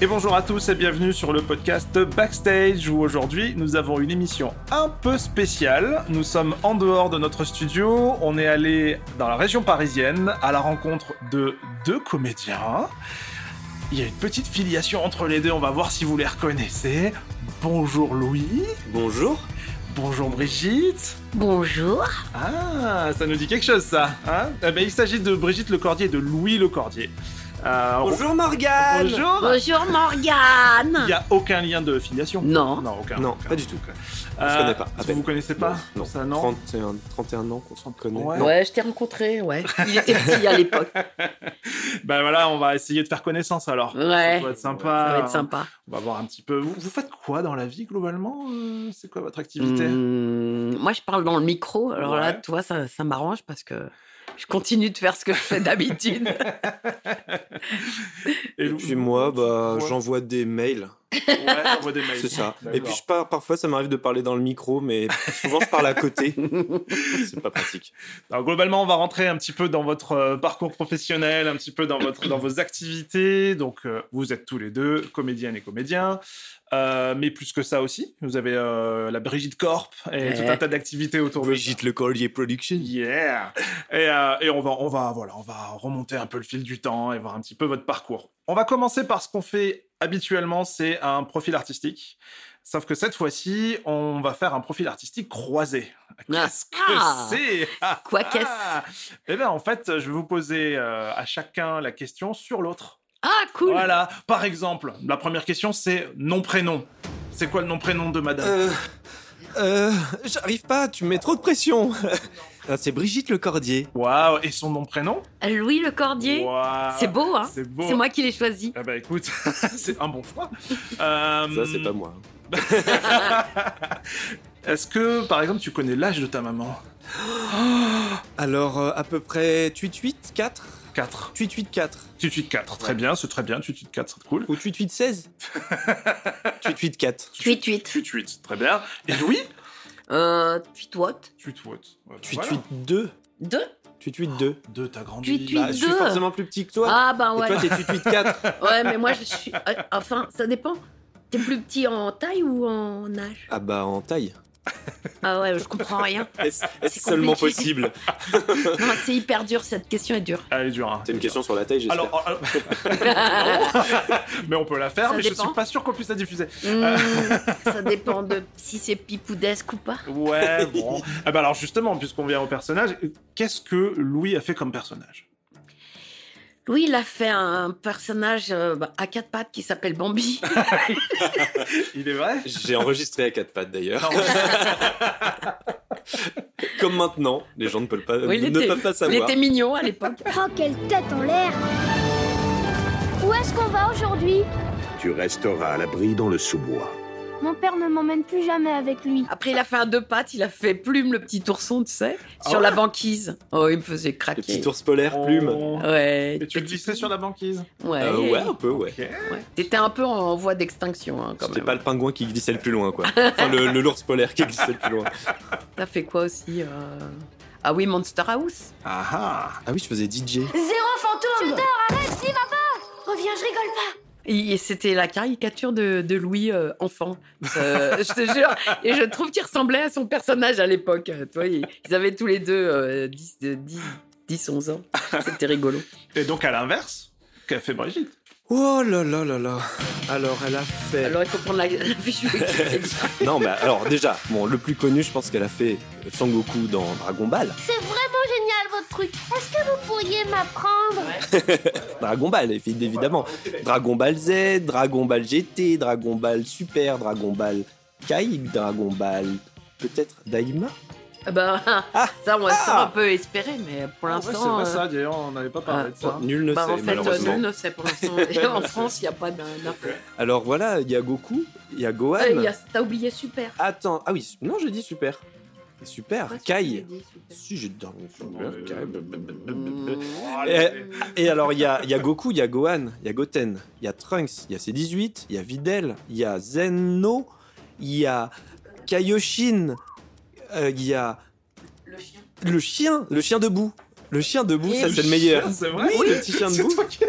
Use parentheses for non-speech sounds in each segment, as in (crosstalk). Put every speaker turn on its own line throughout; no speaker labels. Et bonjour à tous et bienvenue sur le podcast Backstage où aujourd'hui nous avons une émission un peu spéciale. Nous sommes en dehors de notre studio, on est allé dans la région parisienne à la rencontre de deux comédiens. Il y a une petite filiation entre les deux, on va voir si vous les reconnaissez. Bonjour Louis.
Bonjour.
Bonjour Brigitte.
Bonjour.
Ah, ça nous dit quelque chose ça. Hein Eh ben, il s'agit de Brigitte Lecordier et de Louis Lecordier. Euh, on-
Bonjour Morgane
Bonjour.
Bonjour
Il n'y
Morgane.
a aucun lien de filiation.
Non.
Non, aucun.
Non,
aucun.
pas du tout.
Euh,
se connaît pas, à
vous
peine.
vous connaissez pas
Non,
Ça, non
31, 31 ans qu'on se connaît.
Ouais.
Non.
Ouais, je t'ai rencontré, ouais. Il était petit à (laughs) l'époque.
Ben voilà, on va essayer de faire connaissance alors. Ça
Ouais.
va être sympa.
Ça va être sympa.
On va voir un petit peu. Vous, vous faites quoi dans la vie globalement euh, C'est quoi votre activité
Mmh, moi, je parle dans le micro. Alors là,
Ouais.
tu vois, ça, ça m'arrange parce que je continue de faire ce que je
(laughs)
fais d'habitude.
Ah,
Et
vous-
puis moi, bah,
Ouais.
j'envoie des mails,
Ouais, j'envoie des mails.
c'est ça.
D'accord.
Et puis je pars, parfois, ça m'arrive de parler dans le micro, mais souvent je parle à côté. (laughs) c'est pas pratique.
Alors, globalement, on va rentrer un petit peu dans votre euh, parcours professionnel, un petit peu dans, votre, dans vos activités. Donc, euh, vous êtes tous les deux comédiennes et comédiens. Euh, mais plus que ça aussi, vous avez euh, la Brigitte Corp et
Ouais.
tout un tas d'activités autour de
Brigitte Le Collier Production.
Yeah. Et, euh, et on va, on va, voilà, on va remonter un peu le fil du temps et voir un petit peu votre parcours. On va commencer par ce qu'on fait habituellement, c'est un profil artistique. Sauf que cette fois-ci, on va faire un profil artistique croisé. Qu'est-ce que
Ah.
c'est
Quoi qu'est-ce
Eh bien, en fait, je vais vous poser euh, à chacun la question sur l'autre.
Ah, cool.
Voilà. Par exemple, la première question, c'est nom-prénom. C'est quoi le nom-prénom de madame
Euh, euh, j'arrive pas, tu me mets trop de pression. (laughs) Ah, c'est Brigitte Le Cordier.
Waouh Et son nom-prénom
Louis le Cordier.
Waouh.
C'est beau, hein
C'est beau.
C'est moi qui l'ai choisi.
Ah bah écoute, (laughs) c'est un bon
(laughs)
choix. Euh,
Ça, c'est pas moi.
Est-ce que, par exemple, tu connais l'âge de ta maman
Alors, euh, à peu près 8-8, 4
4.
8-8, 4.
Tu tues 4, très
Ouais.
bien, c'est très bien, tu tues 4, c'est cool.
Ou 8-8, (laughs) 16 8-8, 4.
Tweet, tweet.
Tu tues 8, très bien. Et Louis
Euh, tweet what
Tu te votes. Voilà.
8-8, 2.
Deux
8-8, 2.
Deux, t'as grandi.
Tu tues
Bah, je suis
deux.
forcément plus petit que toi.
Ah, ben
Et
ouais.
toi, t'es 8-8-4.
Ouais, mais moi, je suis. euh, Enfin, ça dépend. T'es plus petit en taille ou en âge
(laughs) ah bah, en taille.
Ah ouais, je comprends rien.
Est-ce est-ce
C'est
seulement
compliqué. (laughs)
possible
Non, c'est hyper dur, cette question
(laughs)
est dure.
Elle est dure. hein.
C'est une question sur la taille, j'espère.
Alors, euh, alors- mais on peut la faire,
Ça
mais je
dépend.
suis pas sûr qu'on puisse la diffuser.
Mmh, ça dépend de si c'est pipoudesque ou pas.
(laughs) Ouais, bon. ah bah alors justement, puisqu'on vient au personnage, qu'est-ce que Louis a fait comme personnage
Louis, il a fait un personnage euh, bah, à quatre pattes qui s'appelle
(laughs)
Bambi.
Il est vrai
J'ai enregistré à quatre pattes d'ailleurs. (laughs) Comme maintenant, les gens ne peuvent pas,
Oui, il
ne
était-
peuvent pas
Il
savoir.
était mignon à l'époque.
Oh, quelle tête en l'air Où est-ce qu'on va aujourd'hui
Tu resteras à l'abri dans le sous-bois.
Mon père ne m'emmène plus jamais avec lui.
Après, il a fait un deux pattes, il a fait Plume, le petit ourson, tu sais,
Ah
sur
ouais
la banquise. Oh, il me faisait
Les
craquer.
petits ours polaires, plumes.
Oh.
Ouais.
Et tu le
petit-
glissais sur la banquise
Ouais.
Euh, ouais, un peu, ouais.
Ok.
ouais. T'étais un peu en, en voie d'extinction, hein, quand
C'était
même.
pas le pingouin qui glissait le plus loin, quoi. Enfin, le, le l'ours polaire qui glissait le plus loin.
T'as fait quoi aussi euh, Ah oui, Monster House.
Ah ah
Ah oui, je faisais DJ.
Zéro fantôme arrête, n'y va pas Reviens, je rigole pas
Et et c'était la caricature de, de Louis euh, enfant, Euh, je te jure. Et je trouve qu'il ressemblait à son personnage à l'époque. Euh, Tu vois, ils, ils avaient tous les deux euh, 10, de- 10, 10, 11 ans. C'était rigolo.
Et donc à l'inverse, qu'a fait Brigitte
Oh là là là là. Alors, elle a fait.
Alors il faut prendre la, la fiche Wikipédia.
Non, mais alors, déjà, bon, le plus connu, je pense qu'elle a fait Son Goku dans Dragon Ball.
C'est vraiment génial, votre truc Est-ce que vous pourriez m'apprendre
Dragon Ball, évidemment. Dragon Ball Z, Dragon Ball GT, Dragon Ball Super, Dragon Ball Kai, Dragon Ball. Peut-être Daima
Ah bah, ça, on, ça, on peut espérer, mais pour
Ah ouais, c'est
l'instant.
vrai
euh,
ça, d'ailleurs, on n'avait pas parlé
ah,
de ça.
Nul ne
bah,
sait,
en fait, euh,
malheureusement.
nul ne sait
(laughs)
pour l'instant. Et en France, il n'y a pas d'un- d'info.
Alors voilà, il y a Goku, il y a Gohan.
Euh, il y a- T'as oublié Super.
Attends, ah oui, non, j'ai dit Super. Super,
Pourquoi tu l'as
Kai.
dit,
(laughs)
Super
Si, j'ai dit
Ah,
Super, Kai.
Oh,
Mmh.
Et- Et alors, il y a, il y a Goku, il y a Gohan, il y a Goten, il y a Trunks, il y a C18, il y a Videl, il y a Zenno, il y a Kaioshin, euh, il y a
Le chien.
le chien, le chien debout. Le chien debout,
Et
ça
le
c'est le meilleur.
C'est vrai
Oui, le petit
(laughs)
chien
C'est
debout.
toi qui-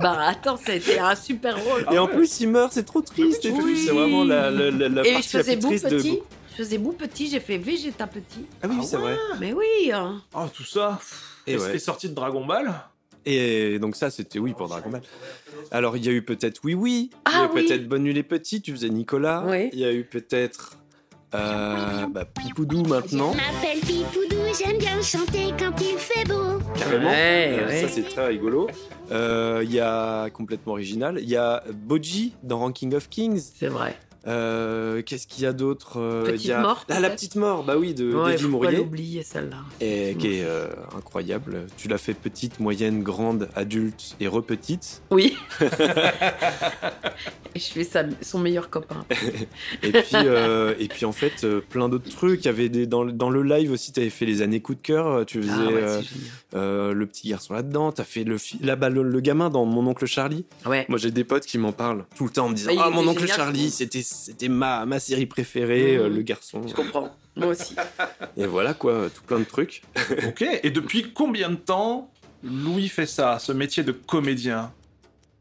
Bah attends, c'était un super rôle.
Et en plus, il meurt, c'est trop triste.
Oui.
Et tout, C'est vraiment la, la, la, la
Et je
Euh, partie la
faisais
plus
beau
triste de
petit.
Goku.
Je faisais beau petit, j'ai fait Végéta petit.
Ah oui, c'est vrai.
Mais oui, hein.
Oh, tout ça. Et,
Et, ouais.
c'était sorti de Dragon Ball.
Et donc ça, c'était oui pour Dragon Ball. Alors, il y a eu peut-être Oui Oui. Il y a
Ah
eu
oui.
peut-être Bonne Nuit les Petits, tu faisais Nicolas.
Oui.
Il y a eu peut-être euh, bah, Pipoudou maintenant.
Je m'appelle Pipoudou, j'aime bien chanter quand il fait beau.
Carrément.
Ouais,
Euh,
ouais.
Ça, c'est très rigolo. Euh, Il y a complètement original. Il y a Boji dans Ranking of Kings.
C'est vrai.
Euh, Qu'est-ce qu'il y a d'autre Euh, il
Petite
y a...
mort,
Ah, la
peut-être.
petite mort, bah oui, de
Ouais,
Davy
faut pas
Mourier.
l'oublier celle-là.
Et qui est euh, incroyable. Tu l'as fait petite, moyenne, grande, adulte et repetite.
Oui.
(laughs)
Et je fais ça, son meilleur copain.
Et puis, euh, et puis en fait, euh, plein d'autres trucs. Il y avait des, dans, le- dans le live aussi, tu avais fait les années coup de cœur. Tu faisais
Ah ouais,
euh,
c'est génial.
euh, le petit garçon là-dedans. Tu as fait le, fi- là-bas, le, le gamin dans Mon oncle Charlie.
Ouais.
Moi, j'ai des potes qui m'en parlent tout le temps en me disant
Bah, il
Ah,
était
mon oncle
génial,
Charlie,
ce
c'était, c'était ma, ma série préférée,
Mhm.
euh, le garçon.
Je comprends. Moi aussi.
Et voilà quoi, tout plein de trucs.
ok. Et depuis combien de temps Louis fait ça, ce métier de comédien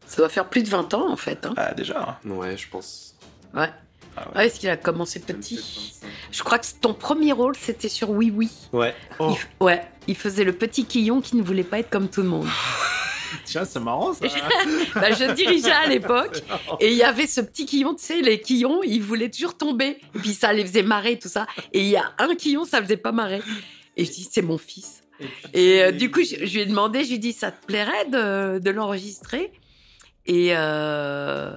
Ça doit faire plus de 20 ans en fait. hein.
Ah, déjà.
Ouais, je pense.
Ouais.
Ah ouais.
Ouais, est-ce qu'il a commencé petit Je crois que ton premier rôle, c'était sur Oui Oui.
Ouais.
Oh.
Il f- ouais, il faisait le petit quillon qui ne voulait pas être comme tout le monde.
Tiens, c'est marrant ça.
Bah, je dirigeais à l'époque et il y avait ce petit quillon, tu sais, les quillons, ils voulaient toujours tomber. Et puis ça les faisait marrer, tout ça. Et il y a un quillon, ça faisait pas marrer. Et je dis, c'est mon fils. Et euh, du coup, je, je lui ai demandé, je lui ai dit, ça te plairait de, de l'enregistrer Et, euh,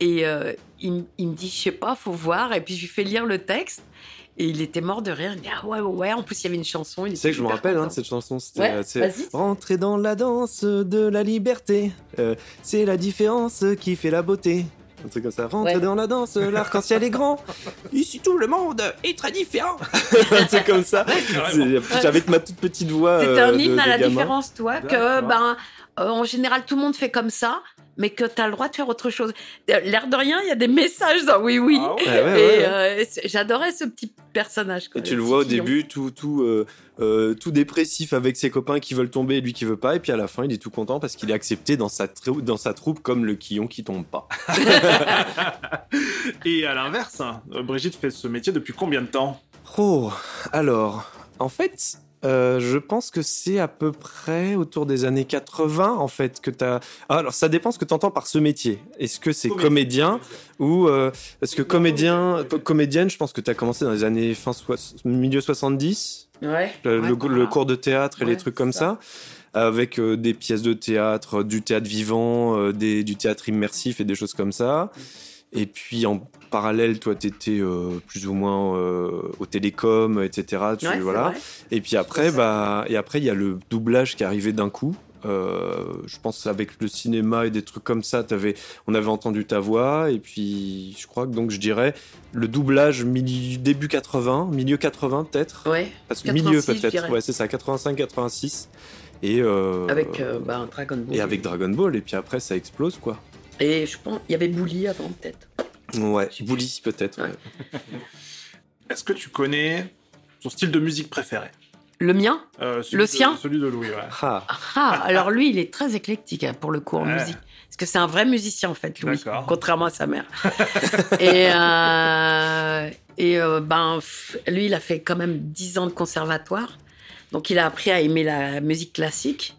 et euh, il, m- il me dit, je sais pas, faut voir. Et puis je lui fais lire le texte. Et il était mort de rire. Il me dit, ah ouais, ouais, ouais. En plus, il y avait une chanson. il
Tu sais
était
que je me
super
rappelle hein, de
content.
cette chanson, c'était
Ouais,
euh, tu sais,
vas-y.
Rentrer dans la danse de la liberté, euh, c'est la différence qui fait la beauté. Un truc comme ça. Rentrer
Ouais.
dans la danse, l'arc-en-ciel est
(laughs)
grand. Ici tout le monde est très différent. (laughs) un truc comme ça.
carrément.
C'est- euh, J'avais ma toute petite voix.
C'était
euh,
un
de-
hymne à
de
la
gamin.
différence, toi, que
D'accord.
ben, euh, en général, tout le monde fait comme ça, mais que tu as le droit de faire autre chose. Euh, L'air de rien, il y a des messages dans Oui, oui.
Ah ouais.
Ouais, ouais, ouais,
et
ouais.
euh, c'est- j'adorais ce petit personnage. quoi,
Et tu
le
le vois au
petit Fillon.
début, tout, tout, euh, euh, tout dépressif avec ses copains qui veulent tomber et lui qui veut pas. Et puis à la fin, il est tout content parce qu'il est accepté dans sa, trou- dans sa troupe comme le quillon qui tombe pas.
Et à l'inverse, hein, euh, Brigitte fait ce métier depuis combien de temps
Oh, alors, en fait, euh, je pense que c'est à peu près autour des années 80, en fait, que t'as... Ah, Alors, ça dépend ce que t'entends par ce métier. Est-ce que c'est comédien, ou... euh, parce que comédien, po- comédienne, je pense que t'as commencé dans les années fin soi- milieu 70,
Ouais.
le,
Ouais,
le-
voilà.
le cours de théâtre et
Ouais,
les trucs comme
c'est
ça. Avec euh, des pièces de théâtre, euh, du théâtre vivant, euh, des, du théâtre immersif et des choses comme ça. Et puis en parallèle, toi, t'étais euh, plus ou moins euh, au télécom, etc. Tu,
Ouais, c'est
voilà.
vrai.
Et puis après, bah, et après, il y a le doublage qui est arrivé d'un coup. Euh, je pense avec le cinéma et des trucs comme ça, avais, on avait entendu ta voix. Et puis, je crois que donc je dirais le doublage milieu- début 80, milieu 80 peut-être.
Ouais,
Parce que
86,
milieu
je
peut-être.
dirais.
Ouais, c'est ça, 85-86. Et euh,
avec euh, bah, un Dragon Ball.
et avec Dragon Ball. Et puis après, ça explose quoi.
Et je pense, il y avait Bouli avant, peut-être.
Ouais. Bully peut-être. ouais.
Est-ce que tu connais son style de musique préféré
Le mien
Euh, celui
Le
de-
sien
Celui de Louis, ouais.
Ah.
Ah, alors lui, il est très éclectique hein, pour le coup en
Ouais.
musique. Parce que c'est un vrai musicien en fait, Louis,
D'accord.
contrairement à
(laughs)
sa mère. et euh, et euh, ben, pff, lui, il a fait quand même 10 ans de conservatoire. Donc il a appris à aimer la
(laughs)
musique classique.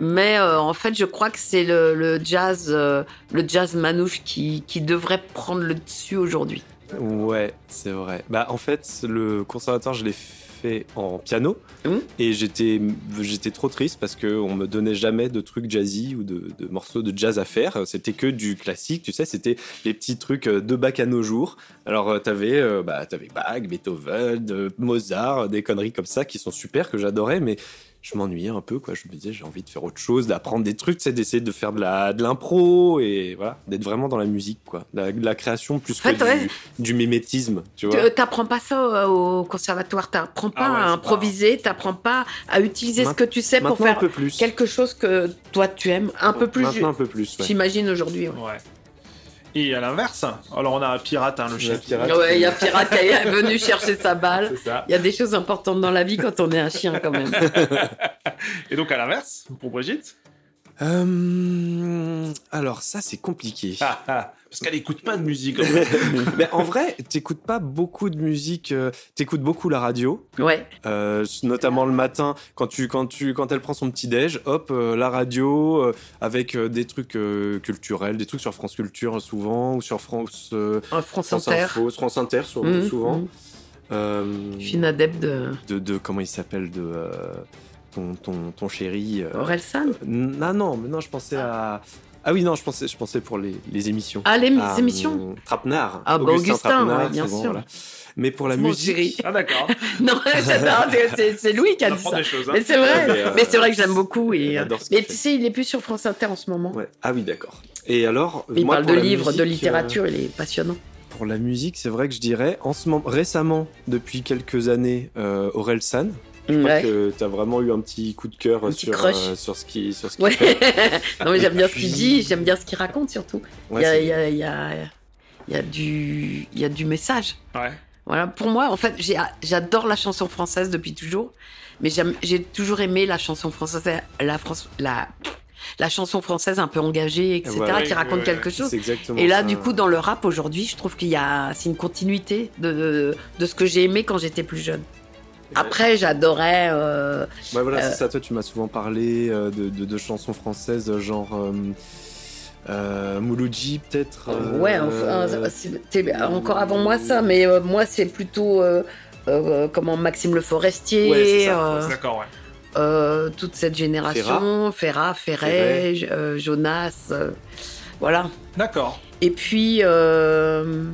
Mais euh, en fait, je crois que c'est le, le jazz, euh, le jazz manouche qui, qui devrait prendre le dessus aujourd'hui.
Ouais, c'est vrai. Bah, en fait, le conservatoire, je l'ai fait en piano
Mhm.
et j'étais j'étais trop triste parce que on me donnait jamais de trucs jazzy ou de, de morceaux de jazz à faire. C'était que du classique, tu sais. C'était les petits trucs euh, de bac à nos jours. Alors, euh, t'avais euh, bah t'avais Bach, Beethoven, euh, Mozart, des conneries comme ça qui sont super que j'adorais, mais je m'ennuyais un peu quoi. Je me disais j'ai envie de faire autre chose, d'apprendre des trucs, tu sais, d'essayer de faire de la de l'impro et voilà, d'être vraiment dans la musique quoi, de la, de la création plus
En fait,
que du-
ouais,
du mimétisme, tu
Tu
vois.
euh, t'apprends pas ça au, au conservatoire, t'apprends pas
Ah ouais,
à
c'est
improviser, t'apprends pas à utiliser
Maint-
ce que tu sais
Maintenant
pour faire
un peu plus.
quelque chose que toi tu aimes un peu plus
Maintenant un peu plus.
ju-
Ouais.
j'imagine aujourd'hui ouais.
Ouais. Et à l'inverse, alors on a un pirate, hein, le chien.
pirate. (laughs)
Ouais, il y a Pirate qui est venu chercher sa balle
C'est ça.
il y a des choses importantes dans la vie quand on est un chien quand même
Et donc à l'inverse, pour Brigitte, (laughs)
Euh, alors ça c'est compliqué.
Ah, ah, parce qu'elle écoute pas de (laughs) musique. en fait.
(laughs) Mais en vrai, t'écoutes pas beaucoup de musique, euh, t'écoutes beaucoup la radio,
Ouais.
euh, notamment le matin quand tu quand tu quand elle prend son petit déj, hop, euh, la radio euh, avec euh, des trucs euh, culturels, des trucs sur France Culture euh, souvent ou sur France euh,
En France
France
Inter.
Info, France Inter sur-
Mmh,
souvent.
mmh.
Euh,
Je suis une adepte de
de, de comment il s'appelle de euh, ton, ton ton chéri. euh,
Orelsan.
non ah non, mais non, je pensais à ah oui non, je pensais je pensais pour les les émissions.
Ah, les
Ah,
émissions
hum, Trapenard.
Ah, bah, Augustin, ouais, bien sûr.
Mais pour la
Mon
musique.
chéri. (laughs)
Ah d'accord.
Non, j'adore, c'est- c'est- c'est Louis qui
On
a dit
apprend
ça.
des choses. hein.
Mais c'est vrai,
Mais, euh,
mais c'est vrai que j'aime beaucoup.
elle
Et, euh,
adore ce
mais
qu'il
tu
fait.
sais, il est plus sur France Inter en ce moment.
Ouais. Ah oui, d'accord. Et alors, euh,
Mais il
moi,
parle de
pour la
livres, de
musique,
littérature, il est passionnant.
euh, pour la musique, c'est vrai que je dirais, en ce moment, récemment, depuis quelques années, euh, Aurel San. Je crois
Ouais.
que t'as vraiment eu un petit coup de cœur
Un petit
sur,
crush.
euh, sur ce qui, sur ce qui
Ouais. (laughs) non, mais j'aime bien ce
Puis-
qu'il dit, j'aime bien ce qu'il raconte surtout. Il
Ouais,
y a-
c'est-
il y a- il y a- il y a du- il y a du message.
Ouais.
Voilà, pour moi, en fait, j'ai- j'adore la chanson française depuis toujours, mais j'aime- j'ai toujours aimé la chanson française, la, France, la, la chanson française un peu engagée, etc.,
Voilà.
qui raconte
Ouais,
quelque
ouais,
chose.
c'est exactement
Et là,
ça.
du coup, dans le rap aujourd'hui, je trouve qu'il y a, c'est une continuité de, de, de ce que j'ai aimé quand j'étais plus jeune. Après, j'adorais. euh,
Ouais, voilà,
Euh,
c'est ça. Toi, tu m'as souvent parlé euh, de, de- de chansons françaises, euh, genre euh, euh, Mouloudji, peut-être. euh,
ouais, enfin, c'était encore avant moi ça, mais euh, moi, c'est plutôt euh, euh, comment Maxime Le Forestier.
Ouais, c'est ça,
euh,
D'accord, ouais.
euh, toute cette génération, Ferra, Ferret, J- euh, Jonas, euh, voilà.
D'accord.
Et puis, euh,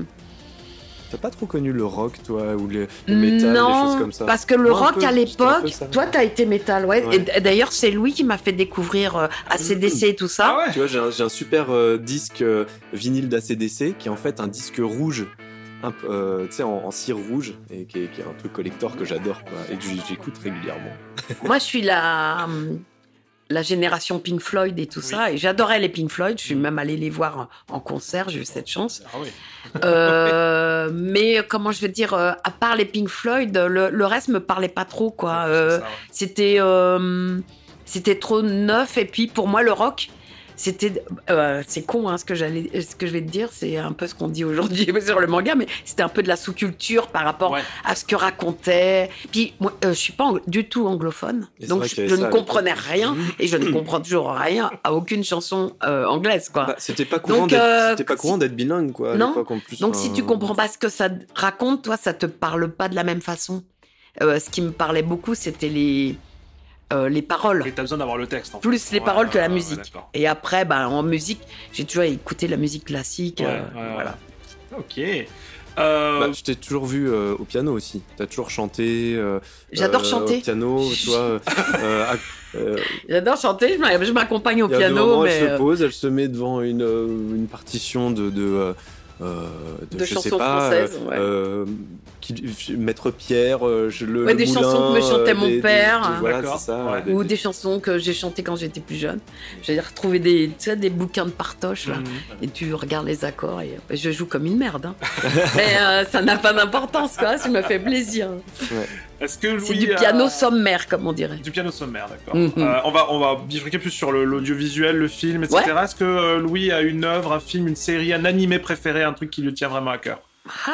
T'as pas trop connu le rock, toi, ou le, le métal, des choses
non,
comme ça
parce que le
Moi, un
rock
peu,
à
j'étais un peu
l'époque,
ça.
toi t'as été métal, ouais.
Ouais.
Et d- d'ailleurs, c'est Louis qui m'a fait découvrir euh, ACDC et tout ça.
Ah ouais.
Tu vois, j'ai un, j'ai un super euh, disque euh, vinyle d'ACDC qui est en fait un disque rouge, un peu, euh, tu sais, en, en cire rouge, et qui est, qui est un truc collector que j'adore, quoi, et que j- j'écoute régulièrement.
Moi, je suis la, euh, la génération Pink Floyd et tout
Oui. Mm.
ça, et j'adorais les Pink Floyd. Je suis même allée les voir en en concert, j'ai eu
(laughs)
cette chance.
Ah oui.
Euh, mais comment je vais dire, euh, à part les Pink Floyd, le, le reste me parlait pas trop, quoi. Euh,
C'est ça, ouais.
c'était euh, c'était trop neuf et puis pour moi le rock c'était euh, c'est con hein, ce que j'allais ce que je vais te dire c'est un peu ce qu'on dit aujourd'hui (laughs) sur le manga mais c'était un peu de la sous-culture par rapport
Ouais.
à ce que racontait puis moi euh, je suis pas ang- du tout anglophone
Et c'est
donc
vrai qu'il y avait
je, je
ça Mmh.
ne
avec-
comprenais rien et je ne comprends toujours rien à aucune chanson euh, anglaise quoi
Bah, c'était pas courant
Donc,
d'être
euh,
c'était pas
si-
courant d'être bilingue, quoi, à
Non.
l'époque, en plus.
donc
enfin,
si tu comprends pas ce que ça raconte, toi, ça te parle pas de la même façon. Euh, ce qui me parlait beaucoup, c'était les, euh, les paroles.
Et t'as besoin d'avoir le texte. En fait.
Plus les
Ouais,
paroles que la
ouais, ouais,
musique.
d'accord.
Et après, ben, en musique, j'ai toujours écouté la musique classique.
Ouais,
euh,
ouais, ouais.
voilà.
Ok. Euh,
Bah, je t'ai toujours vu euh, au piano aussi. T'as toujours chanté. euh,
J'adore
euh, Au
chanter. (laughs)
piano, tu vois. euh, euh, à- euh,
J'adore chanter. je m'a- Je m'accompagne au
Il y a des
piano,
moments,
mais
elle se
euh,
pose, elle se met devant une, euh, une partition de de, euh, euh, de,
De
je sais
chansons
pas,
françaises,
euh,
ouais.
euh, qui- Maître Pierre, euh, je le,
Ouais,
le
des
Moulin,
chansons que me chantait
euh,
mon
des- des-
père,
des-
hein.
voilà,
D'accord.
c'est ça.
Ouais.
des-
ou
des-
des chansons que j'ai chantées quand j'étais plus jeune. J'ai retrouvé des, tu sais, des bouquins de partoche
Mm.
là.
Mhm.
Et tu regardes les accords et et je joue comme une merde. hein. (laughs) mais euh, ça n'a pas d'importance, quoi. Ça me fait plaisir.
Est-ce que
C'est
Louis
du
euh,
a-
piano sommaire, comme on dirait.
Du piano sommaire, d'accord.
Mhm.
Euh, on va on va bifurquer plus sur le- l'audiovisuel, le film, etc. Est-ce que euh, Louis a une œuvre, un film, une série, un animé préféré, un truc qui lui tient vraiment à cœur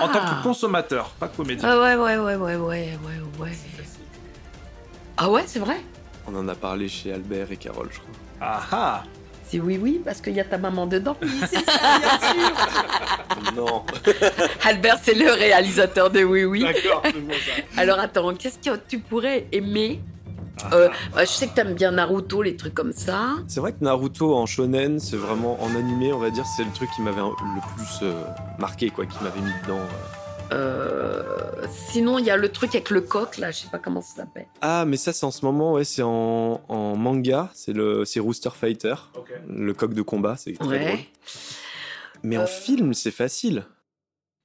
En tant que consommateur, pas comédien.
Ah ouais, ouais, ouais, ouais, ouais, ouais, ouais. Ah ouais, c'est vrai
On en a parlé chez Albert et Carole,
(laughs)
je crois.
Ah ah
C'est oui, oui, parce qu'il y a ta maman
(laughs)
dedans.
non.
Albert, c'est le réalisateur de Oui, oui. (laughs)
D'accord, c'est bon ça.
Alors attends, qu'est-ce que tu pourrais aimer
Ah,
Euh,
ah.
Euh, Je sais que t'aimes bien Naruto, les trucs comme ça.
C'est vrai que Naruto en shonen, c'est vraiment en animé, on va dire, c'est le truc qui m'avait le plus euh, marqué, quoi, qui m'avait mis dedans. euh.
Euh, sinon, il y a le truc avec le coq, là, je sais pas comment ça s'appelle.
Ah, mais ça, c'est en ce moment, ouais, c'est en, en manga, c'est le, c'est Rooster Fighter,
Ok.
le coq de combat, c'est très drôle.
Ouais.
Mais en
Euh.
film, c'est facile.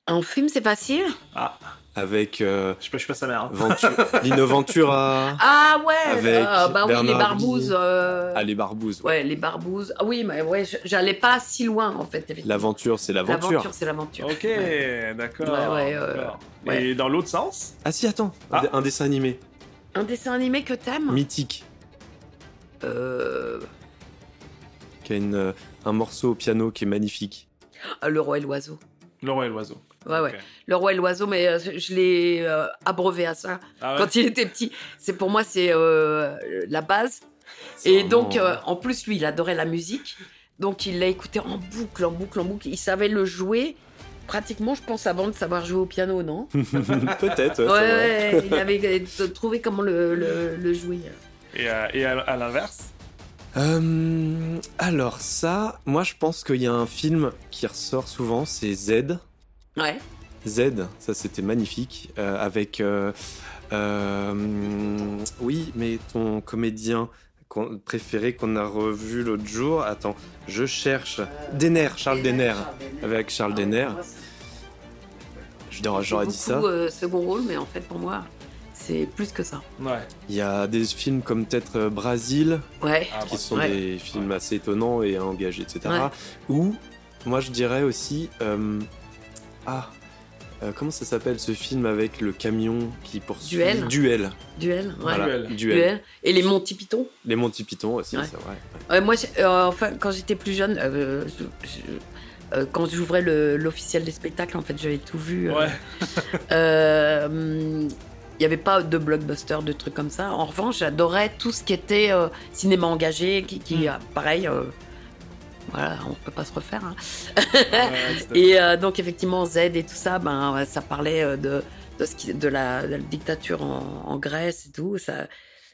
En film, c'est facile
Avec euh,
Je sais pas, je suis pas sa mère. hein.
Ventu- (laughs) Lino Ventura,
Ah ouais
Avec
euh, Bah oui, les
Bernard
barbouzes. euh,
ah, les barbouzes.
Ouais, les barbouzes. Ah oui, mais ouais, je- j'allais pas si loin, en fait. effectivement.
L'aventure, c'est l'aventure.
L'aventure, c'est l'aventure.
Ok, d'accord.
Ouais, ouais, euh,
d'accord.
ouais.
Et dans l'autre sens
Ah si, attends, un
Ah.
dé- un dessin animé,
Un dessin animé que t'aimes
mythique.
Euh,
qui a une, euh, un morceau au piano qui est magnifique.
Ah, Le roi et l'oiseau.
Le roi et l'oiseau.
Ouais, ouais.
Ok.
Le roi et l'oiseau, mais euh, je l'ai euh, abreuvé à ça
Ah ouais
quand il était petit. C'est pour moi, c'est euh, la base.
C'est
Et
vraiment-
donc, euh, en plus, lui, il adorait la musique. Donc, il l'a écouté en boucle, en boucle, en boucle. Il savait le jouer pratiquement, je pense, avant de savoir jouer au piano,
(laughs)
non
(laughs) Peut-être, ouais, c'est
Ouais,
vrai.
ouais, il avait euh, trouvé comment le, le- le jouer.
Et, euh, et à, à l'inverse
Euh, alors ça, moi je pense qu'il y a un film qui ressort souvent, c'est Z.
Ouais.
Z, ça c'était magnifique, euh, avec... euh, euh, oui, mais ton comédien qu'on- préféré qu'on a revu l'autre jour, attends, je cherche... Denner, Charles
euh,
Denner, avec Charles
Ah
Denner. Je dirais- J'aurais dit ça.
beaucoup, euh, second rôle, mais en fait, pour moi, c'est plus que ça.
Ouais.
Il y a des films comme peut-être euh, Brasil,
Ouais.
Ah,
qui
bon.
sont
Ouais.
des films assez étonnants et engagés, etc.
Ouais.
Ou, moi je dirais aussi, euh, ah, euh, comment ça s'appelle ce film avec le camion qui poursuit
Duel.
Duel.
Duel. Ouais.
Voilà,
Duel.
Duel.
Duel. Et les Monty Python.
Les Monty Python aussi,
Ouais.
c'est vrai.
Ouais, moi, j'ai- euh, enfin, quand j'étais plus jeune, euh, je- je- euh, quand j'ouvrais le- l'officiel des spectacles, en fait, j'avais tout vu. euh, (laughs)
Ouais.
Euh, hum, Il n'y avait pas de blockbuster, de trucs comme ça. En revanche, j'adorais tout ce qui était euh, cinéma engagé, qui, qui, euh, pareil, euh, voilà, on peut pas se refaire. hein.
Ouais, c'était-
Et euh, donc, effectivement, Z et tout ça, ben, ouais, ça parlait euh, de, de, ce qui- de, la, de la dictature en, en Grèce et tout. Ça,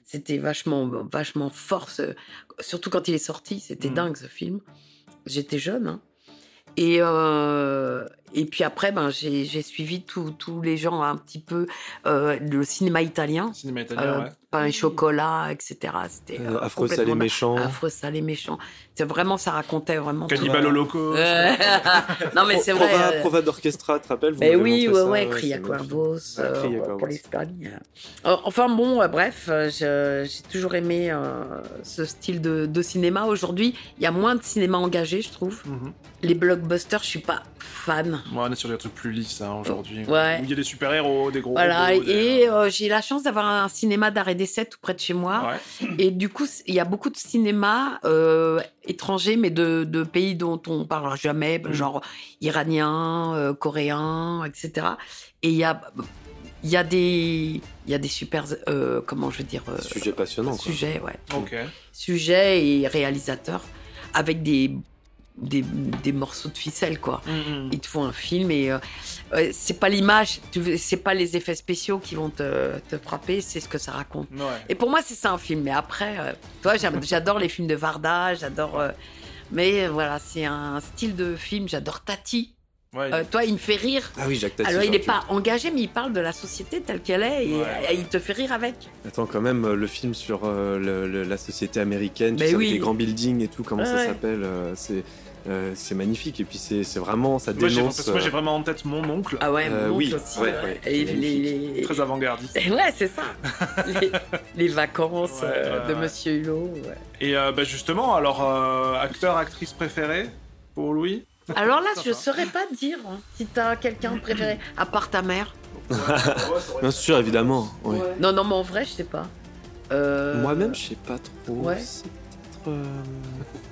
c'était vachement, vachement fort, ce- surtout quand il est sorti. C'était
Mm.
dingue ce film. J'étais jeune. hein. Et, euh, et puis après, ben, j'ai j'ai suivi tous tous les gens un petit peu, euh, le cinéma italien,
Cinéma italien,
Euh,
ouais.
pain et chocolat, etc. C'était
Euh,
euh,
Affreux, ça les
complètement dingue.
méchants.
Affreux, salé, méchant. C'est vraiment, ça racontait vraiment. tout.
Cannibal Holocaust.
euh, Ouais. (laughs) non, mais
Pro-
c'est vrai.
Prova,
euh,
Prova d'orchestra, tu te rappelles vous
mais
m'avez montré
oui, ouais,
ça,
ouais,
c'est Ah,
Cria
magnifique.
Cuervos
Ouais,
euh,
Cria Cuervos.
pour l'Espagne. Euh, Enfin bon, euh, bref, euh, je- j'ai toujours aimé euh, ce style de, de cinéma. Aujourd'hui, il y a moins de cinéma engagé, je trouve.
Mhm.
Les blockbusters, je suis pas
Oh,
fan.
Ouais, on est sur des trucs plus lisses hein, aujourd'hui.
Ouais.
Où il y a des super-héros, des gros.
Voilà,
robots, des-
et euh, j'ai la chance d'avoir un cinéma d'arrêt d'essai tout près de chez moi.
Ouais.
Et du coup, c- il y a beaucoup de cinéma euh, étranger, mais de, de pays dont on parlera jamais,
Mm.
genre iranien, euh, coréen, etc. Et il y a, il y a des, il y a des super, euh, comment je veux dire, euh,
Sujet passionnant, quoi.
sujets, ouais,
Ok.
sujets et réalisateurs avec des, des, des morceaux de ficelle,
Mm.
quoi.
Mm,
Ils te font un film et euh, euh, c'est pas l'image, tu veux- c'est pas les effets spéciaux qui vont te, te frapper, c'est ce que ça raconte.
mm. Ouais.
Et pour moi, c'est ça un film. Mais après, euh, toi, j'aime- j'adore les films de Varda, j'adore. euh, mais euh, voilà, c'est un style de film. J'adore Tati.
Ouais.
Euh, toi, il me fait rire.
Ah oui, Jacques Tati.
Alors, il n'est
Jean-Pierre.
pas engagé, mais il parle de la société telle qu'elle est et,
Ouais.
et il te fait rire avec.
Attends, quand même, euh, le film sur euh, le- le- la société américaine, tu
Mais
sais,
oui.
avec les grands buildings et tout, comment
Ouais,
ça
ouais.
s'appelle euh, C'est euh, c'est magnifique. Et puis, c'est c'est vraiment, ça
Moi, j'ai-
dénonce.
parce que moi, j'ai
euh,
vraiment en tête mon oncle,
Ah ouais,
Euh,
mon
oui,
oncle aussi.
ouais,
ouais.
ouais,
Et
c'est
les- les-
très avant-gardiste.
(laughs) Ouais, c'est ça. les, les vacances
Ouais,
euh,
ouais,
de
ouais.
Monsieur Hulot. ouais.
Et euh, bah, justement, alors, euh, acteur, actrice préférée pour Louis
Alors là, je
Sympa.
saurais pas dire hein, si t'as quelqu'un de préféré, à part ta mère.
Bien sûr, évidemment. ouais.
Non, non, mais en vrai, je sais pas. Euh,
Moi-même, je sais pas trop.
ouais.
C'est peut-être. euh, (laughs)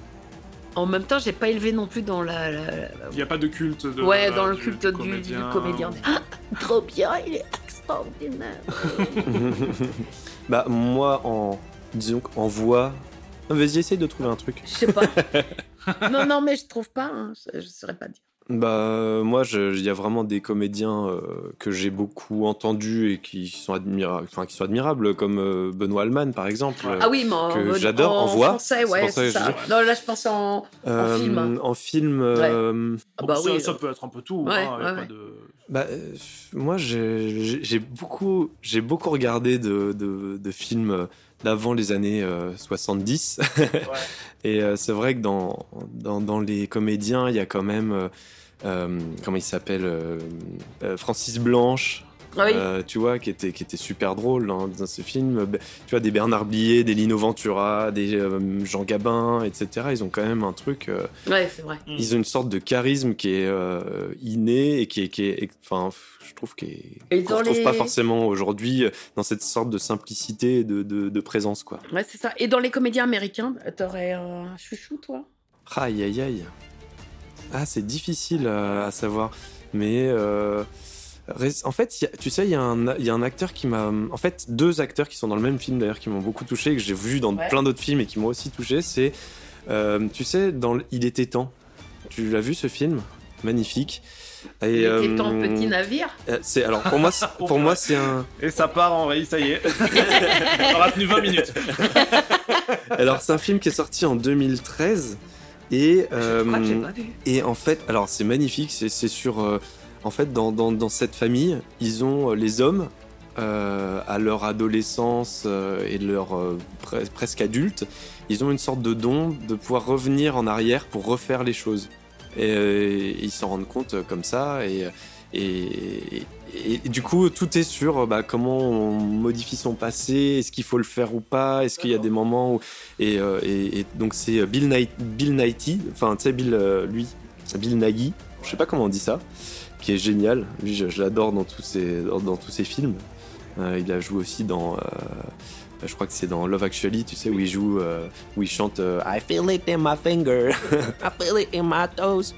En même temps, j'ai pas élevé non plus dans la. la- la-
Il n'y a pas de culte de.
Bah
euh,
ouais, dans le
du-
culte du, du comédien. Ah, trop bien, il est extraordinaire.
bah, moi, en. Disons qu'en voix. Ah, Vas-y, essaye de trouver un truc.
Je sais pas. (laughs) non, non, mais je trouve pas. hein, Je, je saurais pas dire.
Bah, euh, moi, je- il y a vraiment des comédiens euh, que j'ai beaucoup entendus et qui sont, admira- enfin, qui sont admirables, comme euh, Benoît Alman, par exemple.
Ouais.
Ah oui, mais en,
Que j'adore, en voix.
français,
C'est
ouais,
pour ça
c'est
que je
ça. Non, là, je pense en.
Euh,
film, hein.
en film, euh,
Ah bah
ça,
oui.
ça peut être un peu tout.
Ouais,
hein, y a
ouais,
pas
ouais.
de-
bah, euh, moi, j'ai j'ai- j'ai beaucoup, j'ai beaucoup regardé de, de- de films euh, d'avant les années euh, 70. (laughs) Et euh, c'est vrai que dans, dans, dans les comédiens, il y a quand même. euh, euh, comment il s'appelle euh, euh, Francis Blanche,
Ah oui.
euh, tu vois, qui était, qui était super drôle dans, dans ce film. Be- Tu vois, des Bernard Blier, des Lino Ventura, des euh, Jean Gabin, etc. Ils ont quand même un truc. euh,
Ouais, c'est vrai.
ils ont une sorte de charisme qui est euh, inné et qui est, qui est- et- enfin, je trouve qu'on
Et
ne
dans
retrouve
les-
pas forcément aujourd'hui euh, dans cette sorte de simplicité et de, de- de présence, quoi.
Ouais, c'est ça. Et dans les comédiens américains, t'aurais un bah, chouchou, toi
Aïe aïe aïe. Ah, c'est difficile euh, à savoir. Mais euh, res- en fait, il y a- tu sais, il y, a un- il y a un acteur qui m'a. En fait, deux acteurs qui sont dans le même film d'ailleurs, qui m'ont beaucoup touché, que j'ai vu dans
Ouais.
plein d'autres films et qui m'ont aussi touché, c'est. euh, tu sais, dans l- Il était temps. Tu l'as vu ce film Magnifique. Et,
Il
euh,
était temps, petit navire.
euh, c'est- alors pour moi, c'est- pour moi c'est un.
Et ça part en rail, ça y
(laughs)
est. On a tenu 20 minutes.
Alors c'est un film qui est sorti en 2013 et
Je crois que j'ai
euh,
pas vu.
Et en fait, alors c'est magnifique, c'est c'est sur. euh, en fait, dans, dans- dans cette famille, ils ont euh, les hommes euh, à leur adolescence euh, et leur euh, pre- presque adulte, ils ont une sorte de don de pouvoir revenir en arrière pour refaire les choses. Et euh, ils s'en rendent compte euh, comme ça et. Et, et- et du coup, tout est sur euh, bah, comment on modifie son passé, est-ce qu'il faut le faire ou pas, est-ce qu'il y a des moments où. Et, euh, et- et donc, c'est euh, Bill, Knight, Bill Knighty, enfin, tu sais, Bill, euh, lui, Bill Nagy, je sais pas comment on dit ça, qui est génial. Lui, je, je l'adore dans, tous ses- dans, dans tous ses films. Euh, il a joué aussi dans. euh, je crois que c'est dans Love Actually, tu sais, où il joue, euh, où il chante euh, I feel it in my finger, (laughs) I feel it in my toes,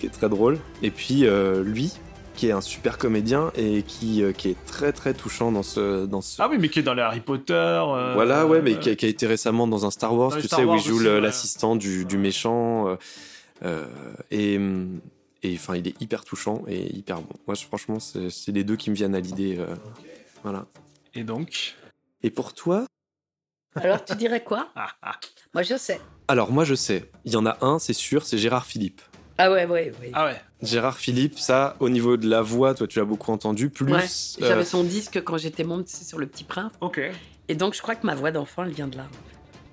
qui est très drôle. Et puis euh, lui, qui est un super comédien et qui, euh, qui est très très touchant dans ce. Dans ce...
Ah oui, mais qui est dans les Harry Potter. euh,
Voilà, ouais, mais
euh,
qui a, qui a été récemment dans un Star Wars,
Dans les
tu
Star
sais, où
Wars
il joue
aussi,
le-
ouais.
l'assistant du, du méchant. euh, euh, et et, enfin, il est hyper touchant et hyper bon. Moi, je- franchement, c'est c'est les deux qui me viennent à l'idée. euh, Voilà.
Et donc
Et pour toi
Alors, tu
(laughs)
dirais quoi Moi, je sais.
Alors, moi, je sais. Il y en a un, c'est sûr, c'est Gérard Philippe.
Ah ouais, ouais, ouais.
Ah ouais.
Gérard Philippe, ça, au niveau de la voix, toi, tu l'as beaucoup entendu. Plus.
Ouais,
euh,
J'avais son disque quand j'étais montée sur le Petit Prince.
Ok.
Et donc, je crois que ma voix d'enfant, elle vient de là.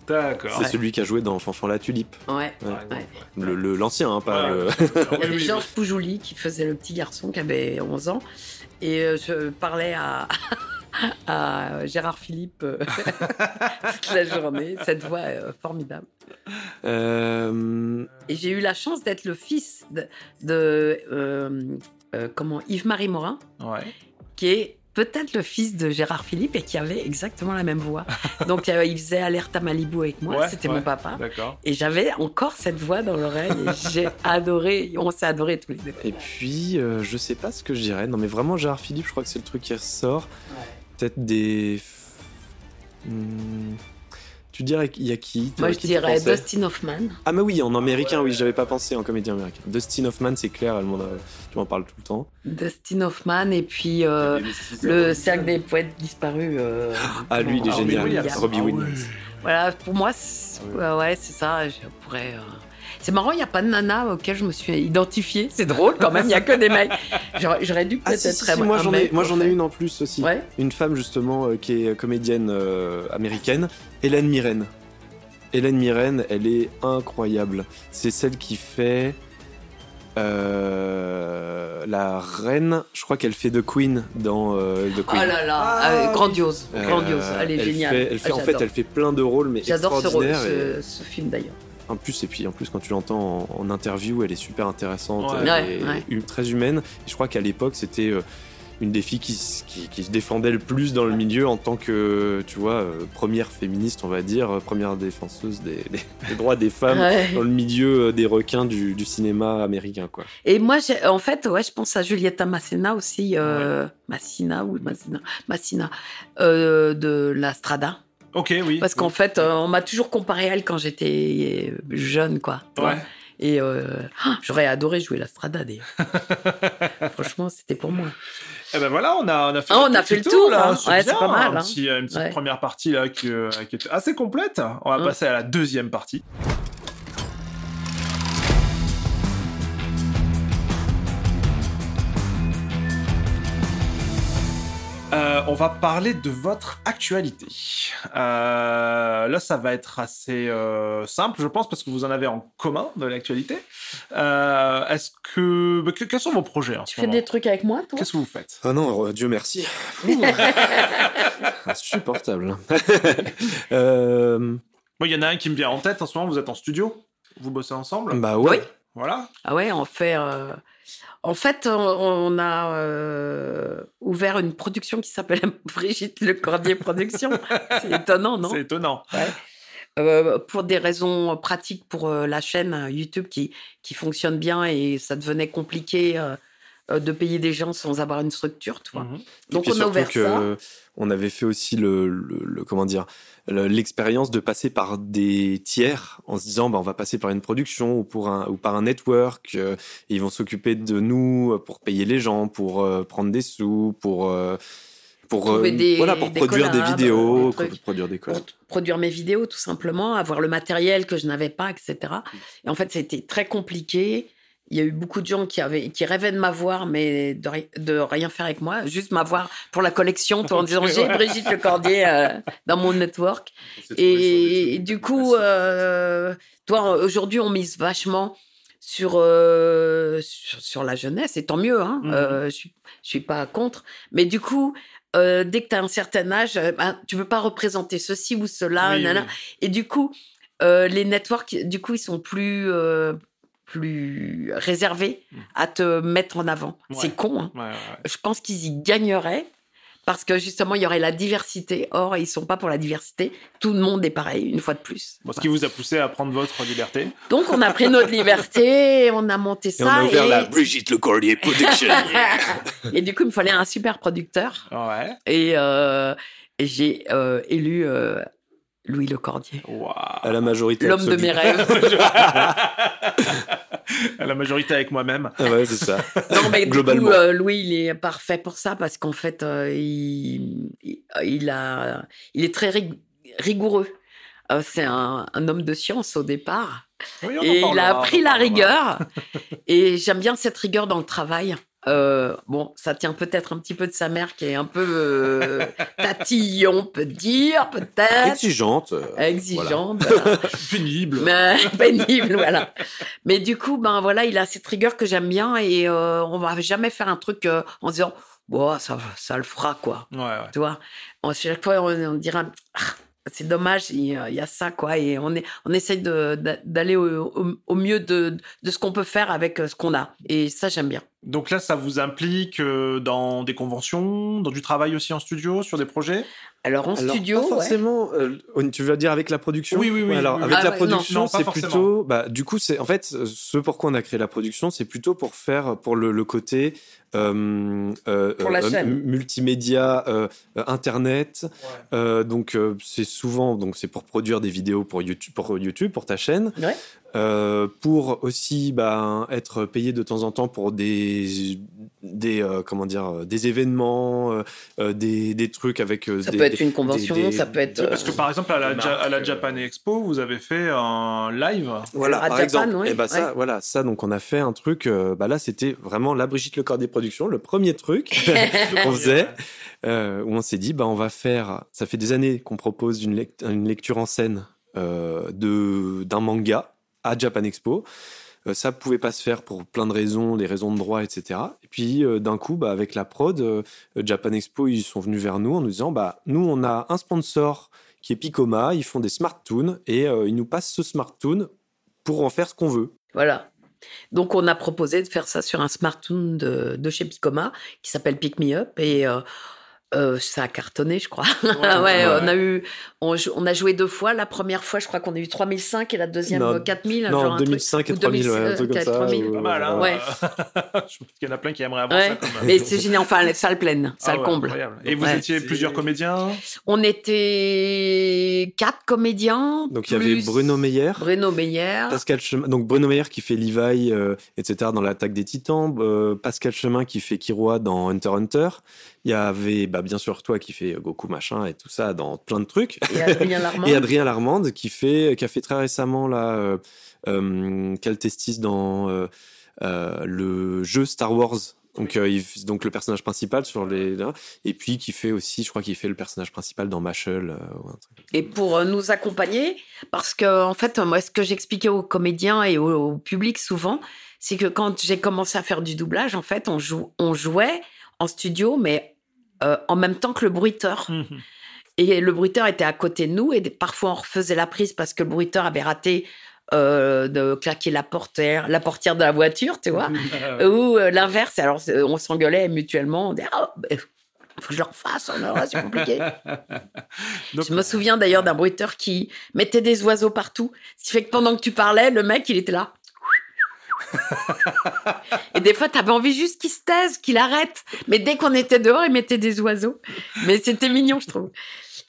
D'accord.
c'est celui qui a joué dans Fanfan la Tulipe,
Ouais.
Ouais.
Par exemple,
Le- le- l'ancien, hein, pas
Ouais.
le-
Ah
(laughs)
Il y
oui,
avait
oui,
Georges Poujouli qui faisait le petit garçon qui avait 11 ans. Et euh, je parlais à, (laughs) à Gérard Philippe euh, (laughs) toute la journée, cette voix euh, formidable.
Euh,
Et j'ai eu la chance d'être le fils de, de, euh, euh, comment, Yves-Marie Morin,
oui. Ouais.
qui est peut-être le fils de Gérard Philippe et qui avait exactement la même voix. Donc euh, il faisait Alerte à Malibu avec moi,
Ouais,
c'était
ouais.
mon papa.
D'accord.
Et j'avais encore cette voix dans l'oreille et j'ai adoré, on s'est adoré tous les deux.
Et puis, euh, je sais pas ce que je dirais. Non, mais vraiment, Gérard Philippe, je crois que c'est le truc qui ressort. Peut-être des. Hmm. Tu dirais qu'il y a qui
Moi
À
je
qui tu
dirais
pensais
Dustin Hoffman.
Ah, mais oui, en américain, oui, j'avais pas pensé en comédien américain. Dustin Hoffman, c'est clair, elle m'en a- tu m'en parles tout le temps.
Dustin Hoffman et puis euh, le cercle des poètes disparus. euh,
Ah, lui, il est
comment-
Robbie
génial.
Williams.
Robbie
Ah oui.
Williams.
Voilà, pour moi, c'est- ouais, ouais, c'est ça. Je pourrais. euh, C'est marrant, il n'y a pas de nana auquel je me suis identifiée. C'est drôle quand même, il n'y a que des mecs. J'aurais j'aurais dû
Ah,
peut-être
si, si,
être
si,
un-
moi
un
j'en ai,
mec,
moi,
en
j'en ai
fait.
une en plus aussi.
Ouais.
Une femme justement euh, qui est comédienne euh, américaine, Hélène Mirren. Hélène Mirren, elle est incroyable. C'est celle qui fait euh, la reine, je crois qu'elle fait The Queen dans euh, The
Oh
Queen.
là là,
Ah,
euh,
oui.
grandiose,
Euh,
grandiose. Elle est
elle
géniale.
fait- elle fait-
Ah,
en fait,
j'adore.
elle fait plein de rôles, mais
J'adore ce, rôle,
extraordinaires. et-
ce, ce film d'ailleurs.
en plus, et puis en plus, quand tu l'entends en, en interview, elle est super intéressante,
Ouais.
elle
Ouais,
est
ouais.
hum- très humaine. Et je crois qu'à l'époque, c'était euh, une des filles qui, s- qui- qui se défendait le plus dans le milieu en tant que, tu vois, euh, première féministe, on va dire, euh, première défenseuse des, (laughs) des- des droits des femmes
Ouais.
dans le milieu euh, des requins du, du cinéma américain, quoi.
Et moi, j'ai- en fait, ouais, je pense à Julieta Massena aussi, euh, Massina ou Massina, Massina euh, de la Strada.
Ok, oui.
Parce qu'en fait, euh, on m'a toujours comparé à elle quand j'étais euh, jeune, quoi. tu vois.
Ouais.
Et euh, ah, j'aurais adoré jouer la Strada, d'ailleurs. Franchement, c'était pour moi.
Eh ben voilà, on a, on a fait,
Ah, on a fait le tour, hein.
C'est
Ouais, c'est
bien,
pas mal,
un
hein.
petit- une petite
Ouais.
première partie là qui, euh, qui est assez complète. On va
Hum.
passer à la deuxième partie. Euh, on va parler de votre actualité. Euh, là, ça va être assez euh, simple, je pense, parce que vous en avez en commun de l'actualité. Euh, Est-ce que, que- quels sont vos projets en
Tu
ce
fais
moment
des trucs avec moi, toi
Qu'est-ce que vous faites
Ah non, euh, Dieu merci.
(laughs)
Ouh. Insupportable. (laughs) Euh,
Moi, il y en a un qui me vient en tête en ce moment. Vous êtes en studio, vous bossez ensemble.
bah ouais.
Oui.
Voilà.
Ah ouais, on fait. euh, En fait, on, on a euh, ouvert une (laughs) production qui s'appelle Brigitte Le Cordier Production. C'est étonnant, non
C'est étonnant.
euh, pour des raisons pratiques pour euh, la chaîne euh, YouTube qui, qui fonctionne bien et ça devenait compliqué euh, euh, de payer des gens sans avoir une structure, tu vois.
Mhm.
Mmh Et
Donc
puis
on a
surtout
ouvert
que
ça.
on avait fait aussi le, le- le- comment dire le- l'expérience de passer par des tiers en se disant bah on va passer par une production ou pour un ou par un network euh, et ils vont s'occuper de nous euh, pour payer les gens pour euh, prendre des sous pour euh, pour
Trouver des-
voilà pour
des
produire des
collabs,
vidéos
des trucs.
pour produire des collabs.
pour t- produire mes vidéos tout simplement, avoir le matériel que je n'avais pas, etc.
Mmh.
Et en fait, c'était très compliqué. Il y a eu beaucoup de gens qui, avaient, qui rêvaient de m'avoir, mais de, ri- de rien faire avec moi, juste m'avoir pour la collection, toi, en disant j'ai Brigitte Le Cordier euh, dans mon network. Et, et du coup, euh, toi, aujourd'hui, on mise vachement sur, euh, sur, sur la jeunesse, et tant mieux, hein,
Mhm.
euh, je suis- je suis pas contre. Mais du coup, euh, dès que tu as un certain âge, euh, ben, tu peux pas représenter ceci ou cela.
Oui,
nanana. Et du coup, euh, les networks, du coup, ils sont plus, euh, plus réservés à te mettre en avant.
Mmh. Ouais.
C'est con. hein.
Ouais, ouais, ouais.
Je pense qu'ils y gagneraient parce que justement, il y aurait la diversité. Or, ils sont pas pour la diversité. Tout le monde est pareil, une fois de plus.
Bon, ce qui vous a poussé à prendre votre liberté.
Donc, on a pris
(laughs)
notre liberté, on a monté
Et
ça.
on a ouvert
et-
la Brigitte Le Cordier Production.
(laughs) et du coup, il me fallait un super producteur.
Ouais.
Et, euh, et j'ai euh, élu euh, Louis Le Cordier,
Waouh.
à la majorité
l'homme de
absolue.
mes rêves.
À la majorité avec moi-même.
Ah ouais, c'est ça.
(laughs) Non, mais du
Globalement.
coup, euh, Louis, il est parfait pour ça parce qu'en fait, euh, il, il, il a, il est très rig- rigoureux. Euh, c'est un, un homme de science au départ.
Oui, on en
Et il
parlera, on
a
en
appris la
parlera. (laughs)
rigueur. et j'aime bien cette rigueur dans le travail. Euh, bon, ça tient peut-être un petit peu de sa mère qui est un peu euh, tatillon, on peut dire, peut-être.
Exigeante. euh,
(laughs)
Exigeante.
Pénible.
Mais- euh, pénible, voilà. Mais du coup, ben voilà, il a cette rigueur que j'aime bien et euh, on va jamais faire un truc euh, en se disant, bon, ça, ça le fera, quoi.
Ouais, ouais.
Tu vois, on, chaque fois, on, on dira, Ah, c'est dommage, il euh, il y a ça, quoi. Et on, est, on essaye de- d'a- d'aller au, au- au mieux de, de ce qu'on peut faire avec euh, ce qu'on a. Et ça, j'aime bien.
Donc là, ça vous implique euh, dans des conventions, dans du travail aussi en studio, sur des projets
Alors, en
Alors,
studio,
pas
ouais.
forcément. euh, on- tu veux dire avec la production
Oui, oui, oui,
Ouais, alors
oui,
avec
oui.
la
Ah, ouais, non,
production,
non, pas
c'est
forcément.
plutôt. Bah, du coup, c'est en fait ce pourquoi on a créé la production, c'est plutôt pour faire pour le, le côté euh, euh,
Pour la
euh,
chaîne.
m- multimédia, euh, euh, internet. Euh, donc euh, c'est souvent donc c'est pour produire des vidéos pour YouTube, pour YouTube, pour ta chaîne.
Ouais.
Euh, pour aussi bah, être payé de temps en temps pour des des euh, comment dire euh, des événements euh, euh, des, des trucs avec euh,
ça
des-
peut être
des-
une convention,
des-
ça peut être.
des-
Parce que par exemple, à la, Ja- à
euh,
la Japan Expo, vous avez fait un live.
Voilà,
À
par
Japan,
exemple.
oui,
Et bah ça, voilà, ça, donc on a fait un truc. euh, bah là, c'était vraiment la Brigitte Le Corps des productions, le premier truc
(laughs)
qu'on faisait, euh, où on s'est dit, bah on va faire. Ça fait des années qu'on propose une, lect- une lecture en scène euh, de d'un manga à Japan Expo. Euh, ça pouvait pas se faire pour plein de raisons, des raisons de droit, etc. Et puis euh, d'un coup, bah, avec la prod, euh, Japan Expo, ils sont venus vers nous en nous disant, bah nous, on a un sponsor qui est Picoma, ils font des smart tunes et euh, ils nous passent ce smart tune pour en faire ce qu'on veut.
Voilà. Donc, on a proposé de faire ça sur un smartphone de, de chez Picoma qui s'appelle Pick Me Up et euh, euh, ça a cartonné, je crois.
Ouais,
Ah (laughs) ouais,
ouais.
on a eu, on, jou- on a joué deux fois. La première fois, je crois qu'on a eu 3005 et la deuxième
Non,
euh, 4000. genre
non,
un truc.
2005 et
ou
3000, ouais, un
2006,
truc comme ça.
3000.
euh,
Pas mal, hein
Ouais.
(laughs) Je pense qu'il y en a plein qui aimeraient avoir ça
Ouais.
comme. euh,
Mais c'est génial, enfin, la salle pleine,
Ah
salle
ouais,
comble.
incroyable. Et vous
Ouais.
étiez plusieurs comédiens
On était quatre comédiens.
Donc il y avait
plus
Bruno Meyer.
Bruno Meyer.
Pascal Chemin, donc Bruno Meyer qui fait Levi, euh, etc. dans l'attaque des Titans, euh, Pascal Chemin qui fait Kiroa dans Hunter x Hunter, il y avait bah, bien sûr toi qui fais Goku machin et tout ça dans plein de trucs,
Et Adrien
(laughs)
Larmand.
et Adrien Larmande qui fait euh, qui a fait très récemment là euh, euh, Caltestis dans euh, euh, le jeu Star Wars. Donc, euh, il f- donc le personnage principal sur les là. et puis qui fait aussi je crois qu'il fait le personnage principal dans Machel ou un truc.
et pour euh, nous accompagner. Parce que, en fait, moi, ce que j'expliquais aux comédiens et au, au public souvent, c'est que quand j'ai commencé à faire du doublage, en fait, on, jou- on jouait en studio, mais euh, en même temps que le bruiteur. Et le bruiteur était à côté de nous et des- parfois on refaisait la prise parce que le bruiteur avait raté euh, de claquer la portière, la portière de la euh, voiture, tu vois. Ou euh, l'inverse. Alors c'est- on s'engueulait mutuellement. On disait, Ah, bah, faut que je le refasse, oh là là, c'est compliqué. Je me souviens d'ailleurs d'un bruiteur qui mettait des oiseaux partout, ce qui fait que pendant que tu parlais, le mec, il était là. Et des fois, t'avais envie juste qu'il se taise, qu'il arrête. Mais dès qu'on était dehors, il mettait des oiseaux. Mais c'était mignon, je trouve.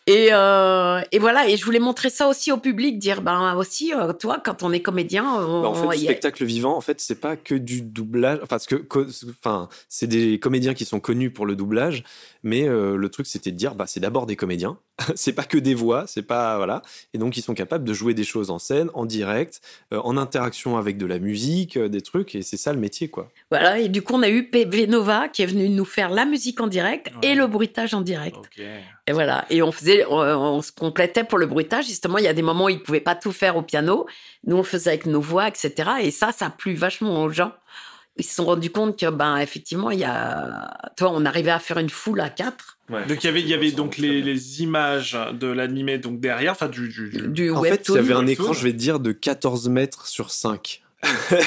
Et, euh, et voilà, et je voulais montrer ça aussi au public, dire, ben aussi, euh, toi, quand on est comédien, on,
Bah, en fait, le
il y a-
spectacle vivant, en fait, c'est pas que du doublage. Enfin, parce que, co- enfin, c'est des comédiens qui sont connus pour le doublage, mais euh, le truc, c'était de dire, bah, c'est d'abord des comédiens. (laughs) c'est pas que des voix, c'est pas voilà. Et donc, ils sont capables de jouer des choses en scène, en direct, euh, en interaction avec de la musique, euh, des trucs. Et c'est ça le métier, quoi.
Voilà, et du coup, on a eu PV Nova qui est venu nous faire la musique en direct
Ouais.
et le bruitage en direct.
Oh.
Ok.
Et voilà, et on faisait, on, on se complétait pour le bruitage. Justement, il y a des moments où ils pouvaient pas tout faire au piano. Nous, on le faisait avec nos voix, etc. Et ça, ça a plu vachement aux gens. Ils se sont rendus compte que, ben, effectivement, il y a, toi, on arrivait à faire une foule à quatre
Ouais. Donc il y avait, il y avait donc les, les images de l'animé donc derrière, enfin du, du, du-
du
En fait,
webtoon.
il y avait un
webtoon.
écran, je vais te dire, de 14 mètres sur 5.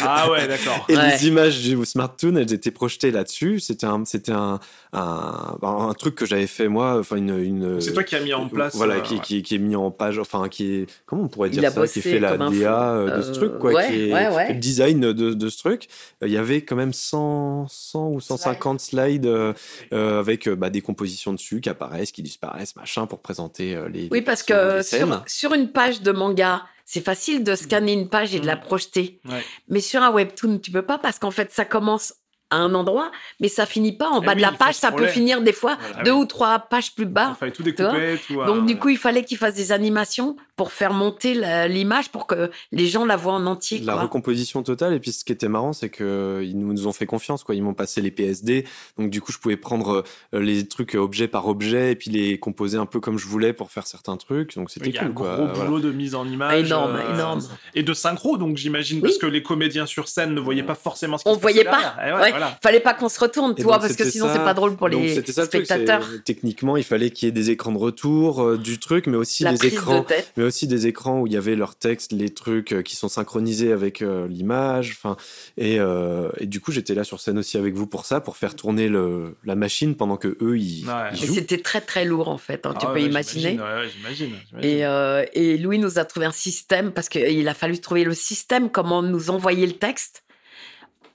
Ah ouais, d'accord.
Et
Ouais.
les images du Smart Toon, elles étaient projetées là-dessus. C'était un, c'était un, un, un truc que j'avais fait moi. Enfin, une, une.
C'est toi qui as mis en place.
Voilà,
euh,
qui,
ouais.
qui, qui est mis en page. Enfin, qui est. Comment on pourrait
Il
dire
a
ça Qui
bossé
fait la
comme un
DA
fou.
de ce
Euh,
truc, quoi.
ouais,
qui est,
ouais, ouais.
Le design de, de ce truc. Euh, Il y avait quand même 100, 100 ou 150 slides euh, euh, avec euh, bah, des compositions dessus qui apparaissent, qui disparaissent, machin, pour présenter euh, les.
Oui, parce
les
que
scènes.
sur, sur une page de manga, c'est facile de scanner une page et de
Mm.
la projeter.
Ouais.
Mais sur un webtoon, tu peux pas parce qu'en fait, ça commence à un endroit, mais ça finit pas en
Ah
Eh
bas
oui,
de la
il faut
page. Ça peut
scroller.
finir des fois
Voilà,
deux
oui.
ou trois pages plus
Ah, Il
bas.
fallait tout découper, tout. euh,
hein. Donc, du coup, il fallait qu'ils fassent des animations pour faire monter la- l'image pour que les gens la voient en entier.
La
quoi.
recomposition totale. Et puis ce qui était marrant, c'est que euh, ils nous, nous ont fait confiance, quoi. Ils m'ont passé les PSD, donc du coup je pouvais prendre euh, les trucs euh, objet par objet et puis les composer un peu comme je voulais pour faire certains trucs. Donc c'était
il y a
cool,
un gros
quoi.
boulot
Voilà.
de mise en image.
énorme,
euh,
énorme.
Ah.
Et de synchro, donc j'imagine, parce que les comédiens sur scène ne voyaient pas forcément ce qui
On
se passait
voyait pas.
derrière. Eh ouais,
Ouais.
voilà.
Fallait pas qu'on se retourne,
Et
tu vois,
donc,
parce que
c'était
sinon
ça.
c'est pas drôle pour
Donc,
les
c'était ça, le truc, c'est-
spectateurs.
techniquement, il fallait qu'il y ait des écrans de retour euh, du truc, mais aussi
la
des
prise
écrans,
de tête.
mais aussi des écrans où il y avait leurs textes, les trucs euh, qui sont synchronisés avec euh, l'image. Enfin, et, euh, et du coup, j'étais là sur scène aussi avec vous pour ça, pour faire tourner le, la machine pendant que eux ils,
Ouais.
ils
Et
jouent.
c'était très très lourd en fait, hein, tu
Ah
peux
ouais,
imaginer.
j'imagine, ouais, ouais, J'imagine. j'imagine.
Et, euh, et Louis nous a trouvé un système parce qu'il a fallu trouver le système, comment nous envoyer le texte,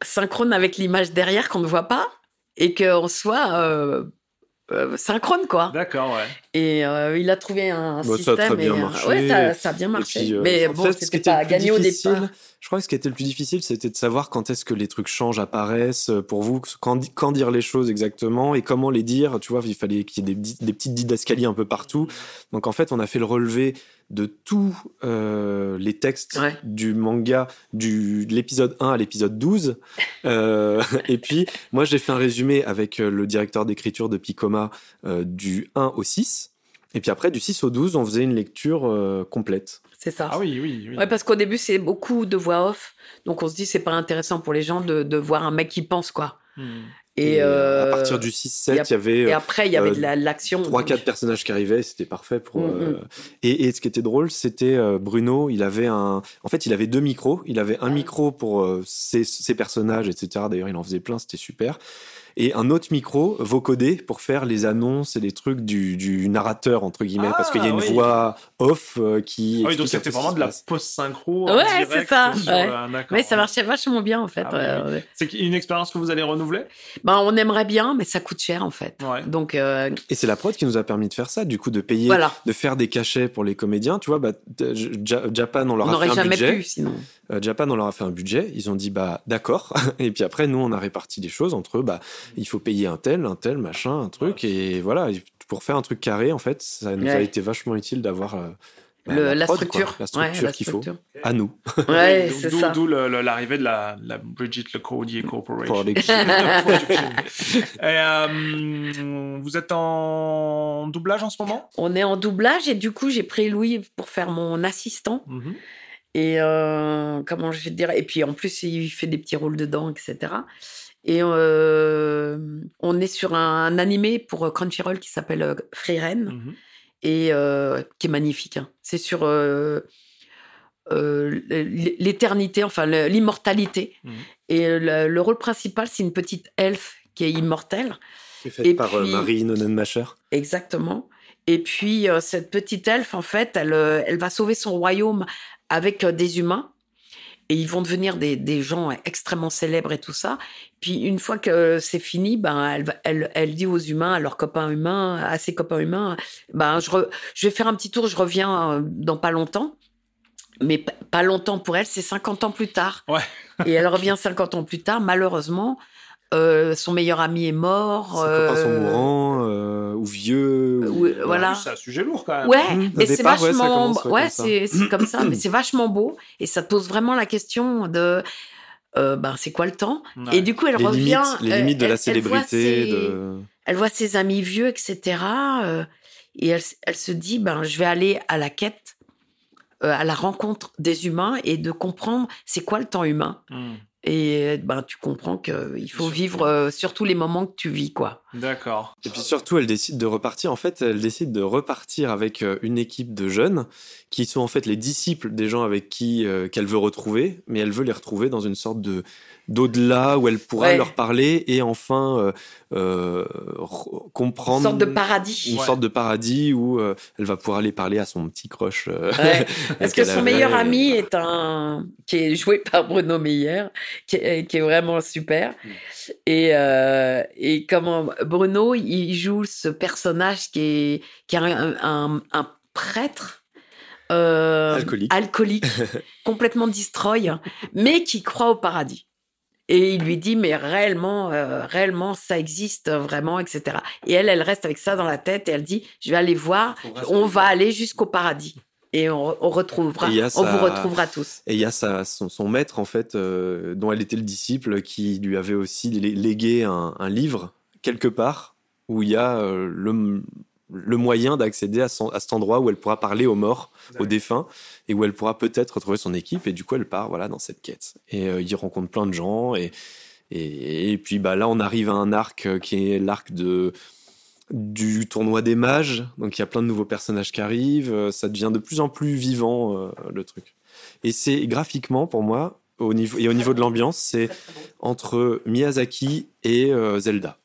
synchrone avec l'image derrière qu'on ne voit pas et qu'on soit euh, euh, synchrone quoi.
D'accord, ouais.
Et euh, il a trouvé un
Bah, ça a
système.
très bien
et, euh,
marché.
ouais, ça, ça a bien
Et
marché.
puis, euh,
Mais
en
bon,
fait, ce qui
c'était
était le
pas
plus
gagné au
difficile,
départ.
Je crois que ce qui était le plus difficile, c'était de savoir quand est-ce que les trucs changent, apparaissent euh, pour vous, quand, di- quand dire les choses exactement et comment les dire. Tu vois, il fallait qu'il y ait des, di- des petites didascalies un peu partout. Donc en fait, on a fait le relevé de tous euh, les textes
Ouais.
du manga, du, de l'épisode 1 à l'épisode 12. Euh, (laughs) et puis, moi, j'ai fait un résumé avec euh, le directeur d'écriture de Picoma euh, du 1 au 6. Et puis après, du 6 au 12, on faisait une lecture euh, complète.
C'est ça.
Ah oui, oui, oui.
Ouais, parce qu'au début, c'est beaucoup de voix off. Donc on se dit, c'est pas intéressant pour les gens de, de voir un mec qui pense quoi.
Hmm.
Et,
euh, à
euh,
partir du 6-7, il
et
y,
ap-
avait
et après, il y avait
euh,
de la- de l'action.
3-4 personnages qui arrivaient, c'était parfait pour.
Mm,
euh, Et, et ce qui était drôle, c'était euh, Bruno, il avait un. En fait, il avait deux micros. Il avait un micro pour euh, ses, ses personnages, etc. D'ailleurs, il en faisait plein, c'était super. Et un autre micro vocodé pour faire les annonces et les trucs du, du narrateur, entre guillemets,
Ah,
parce qu'il y a une
oui.
voix off euh, qui.
Ah oui,
explique un
donc c'était
peu ce qui
vraiment
se
de la
passe.
post-synchro. en
Ouais,
direct
c'est ça,
sur,
ouais.
euh, un accord.
Mais ça marchait vachement bien en fait.
Ah oui,
ouais, ouais.
C'est une expérience que vous allez renouveler
Ben, on aimerait bien, mais ça coûte cher en fait.
Ouais.
Donc euh,
Et c'est la prod qui nous a permis de faire ça, du coup, de payer.
voilà,
De faire des cachets pour les comédiens, tu vois, bah, t- Ja- Japan, on leur
on
a fait
n'aurait
un
jamais
budget.
pu sinon.
Euh, Japan, on leur a fait un budget. Ils ont dit, bah, d'accord. (laughs) Et puis après, nous, on a réparti les choses entre eux. Bah, il faut payer un tel, un tel, machin, un truc. Et voilà, Et pour faire un truc carré, en fait, ça nous a
Ouais.
été vachement utile d'avoir euh, bah,
Le- la,
prod, quoi.
structure.
La structure
Ouais, la
qu'il
structure.
faut à nous. (laughs)
Ouais,
Donc,
c'est
d'où-
ça.
D'où le- le- l'arrivée de la, la Bridget LeCodier Corporation. (laughs)
(laughs)
Pour les-
Et, euh, vous êtes en doublage en ce moment
on est en doublage et du coup, j'ai pris Louis pour faire mon assistant.
Mm-hmm.
Et euh, comment je vais te dire Et puis en plus, il fait des petits rôles dedans, etc. Et euh, on est sur un animé pour Crunchyroll qui s'appelle euh, Free Ren.
Mhm.
et euh, qui est magnifique. hein. C'est sur euh, euh, l'é- l'éternité, enfin le- l'immortalité. euh,
Mhm.
Et le, le rôle principal, c'est une petite elfe qui est immortelle
Faite
Et
par euh,
puis-
Marie Nonnenmacher.
Exactement. Et puis, euh, cette petite elfe, en fait, elle, euh, elle va sauver son royaume avec euh, des humains. Et ils vont devenir des, des gens extrêmement célèbres et tout ça. Puis, une fois que c'est fini, ben, elle, va- elle, elle dit aux humains, à leurs copains humains, à ses copains humains, ben, je, re- je vais faire un petit tour, je reviens euh, dans pas longtemps. Mais p- pas longtemps pour elle, c'est 50 ans plus tard.
Ouais.
et elle revient 50 ans plus tard, malheureusement. euh, son meilleur ami est mort.
Ses copains sont
euh,
mourants, euh, ou vieux. ou-
ou- euh, voilà.
En plus, C'est un sujet lourd quand même.
Ouais,
Mhm. Au
mais c'est
départ, ouais, ça
vachement,
commence, ouais,
ouais,
comme ça.
c'est c'est comme ça, mais c'est vachement beau et ça pose vraiment la question de, euh, ben c'est quoi le temps
Ouais.
Et du coup, elle
les
revient,
limites, les
euh,
limites de
elle-
la
elle voit
célébrité.
ses-
de...
Elle voit ses amis vieux, etc. euh, et elle, s- elle se dit, ben je vais aller à la quête, euh, à la rencontre des humains et de comprendre c'est quoi le temps humain.
Hmm.
Et euh, ben tu comprends que il faut
Surtout.
vivre euh, surtout les moments que tu vis, quoi.
D'accord.
Et puis surtout, elle décide de repartir. En fait, elle décide de repartir avec euh, une équipe de jeunes qui sont en fait les disciples des gens avec qui euh, qu'elle veut retrouver, mais elle veut les retrouver dans une sorte de d'au-delà où elle pourra
Ouais.
leur parler et enfin euh, euh, re-
Une
comprendre
sorte de paradis.
une
Ouais.
sorte de paradis où euh, elle va pouvoir aller parler à son petit crush. euh,
Ouais. (laughs) Parce que
qu'elle
son
avait.
meilleur ami est un qui est joué par Bruno Meyer, qui est, qui est vraiment super. Et, euh, et comment Bruno, il joue ce personnage qui est qui est un, un- un prêtre euh,
Alcoolique.
(laughs) alcoolique, complètement destroy, mais qui croit au paradis. Et il lui dit mais réellement, euh, réellement ça existe euh, vraiment, etc. Et elle, elle reste avec ça dans la tête et elle dit je vais aller voir on va aller jusqu'au paradis et on, on retrouvera,
Et il y a
on
sa-
vous retrouvera tous.
Et il y a sa, son, son maître, en fait, euh, dont elle était le disciple, qui lui avait aussi lé- légué un, un livre, quelque part, où il y a euh, le, le moyen d'accéder à, son- à cet endroit où elle pourra parler aux morts, aux
D'accord.
défunts, et où elle pourra peut-être retrouver son équipe. Et du coup, elle part voilà, dans cette quête. Et euh, il rencontre plein de gens. Et, et, et puis bah, là, on arrive à un arc euh, qui est l'arc de du tournoi des mages, donc il y a plein de nouveaux personnages qui arrivent, euh, ça devient de plus en plus vivant euh, le truc. Et c'est graphiquement pour moi, au niveau, et au niveau de l'ambiance, c'est entre Miyazaki et euh, Zelda.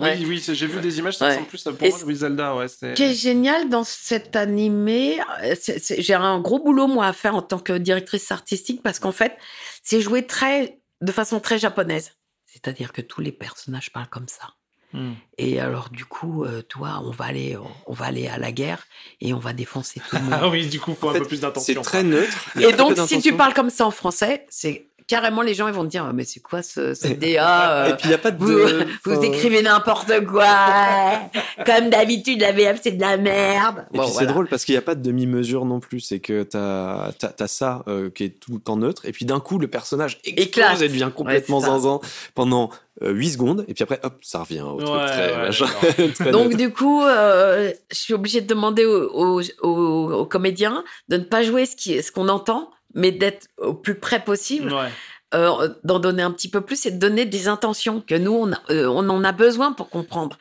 Ouais.
Oui, oui, c'est- j'ai vu des images, ça
Ouais.
ressemble plus à pour
Et
moi, Louis Zelda, ouais.
Ce
c'est-
qui est génial dans cet animé, euh, c'est- c'est- j'ai un gros boulot moi à faire en tant que directrice artistique parce qu'en fait, c'est joué très, de façon très japonaise. C'est-à-dire que tous les personnages parlent comme ça.
Hmm.
Et alors du coup, euh, toi, on va aller, on, on va aller à la guerre et on va défoncer tout le
(laughs)
monde.
Ah oui, du coup, faut
En
un
fait,
peu plus
C'est
d'attention.
très neutre. il y a
Et
très
donc,
peu
si tu
d'intention.
parles comme ça en français, c'est carrément les gens ils vont te dire, Ah, mais c'est quoi ce, ce DA euh,
Et puis il n'y a pas de.
Vous, vous
enfin,
écrivez n'importe quoi. Comme d'habitude, la VF, c'est de la merde.
Et
Bon,
puis c'est
voilà.
drôle parce qu'il n'y a pas de demi-mesure non plus. C'est que t'as as, ça euh, qui est tout le temps neutre. Et puis d'un coup, le personnage
Éclate.
explose et devient complètement
Ouais, c'est ça.
zinzin pendant 8 secondes. Et puis après, hop, ça revient au truc
Ouais,
très,
ouais,
machin, (laughs)
d'accord.
très
Donc,
neutre.
du coup, euh, je suis obligée de demander aux, aux- aux- aux comédiens de ne pas jouer ce qui- ce qu'on entend, mais d'être au plus près possible,
Ouais.
euh, d'en donner un petit peu plus et de donner des intentions que nous, on, a- euh, on en a besoin pour comprendre.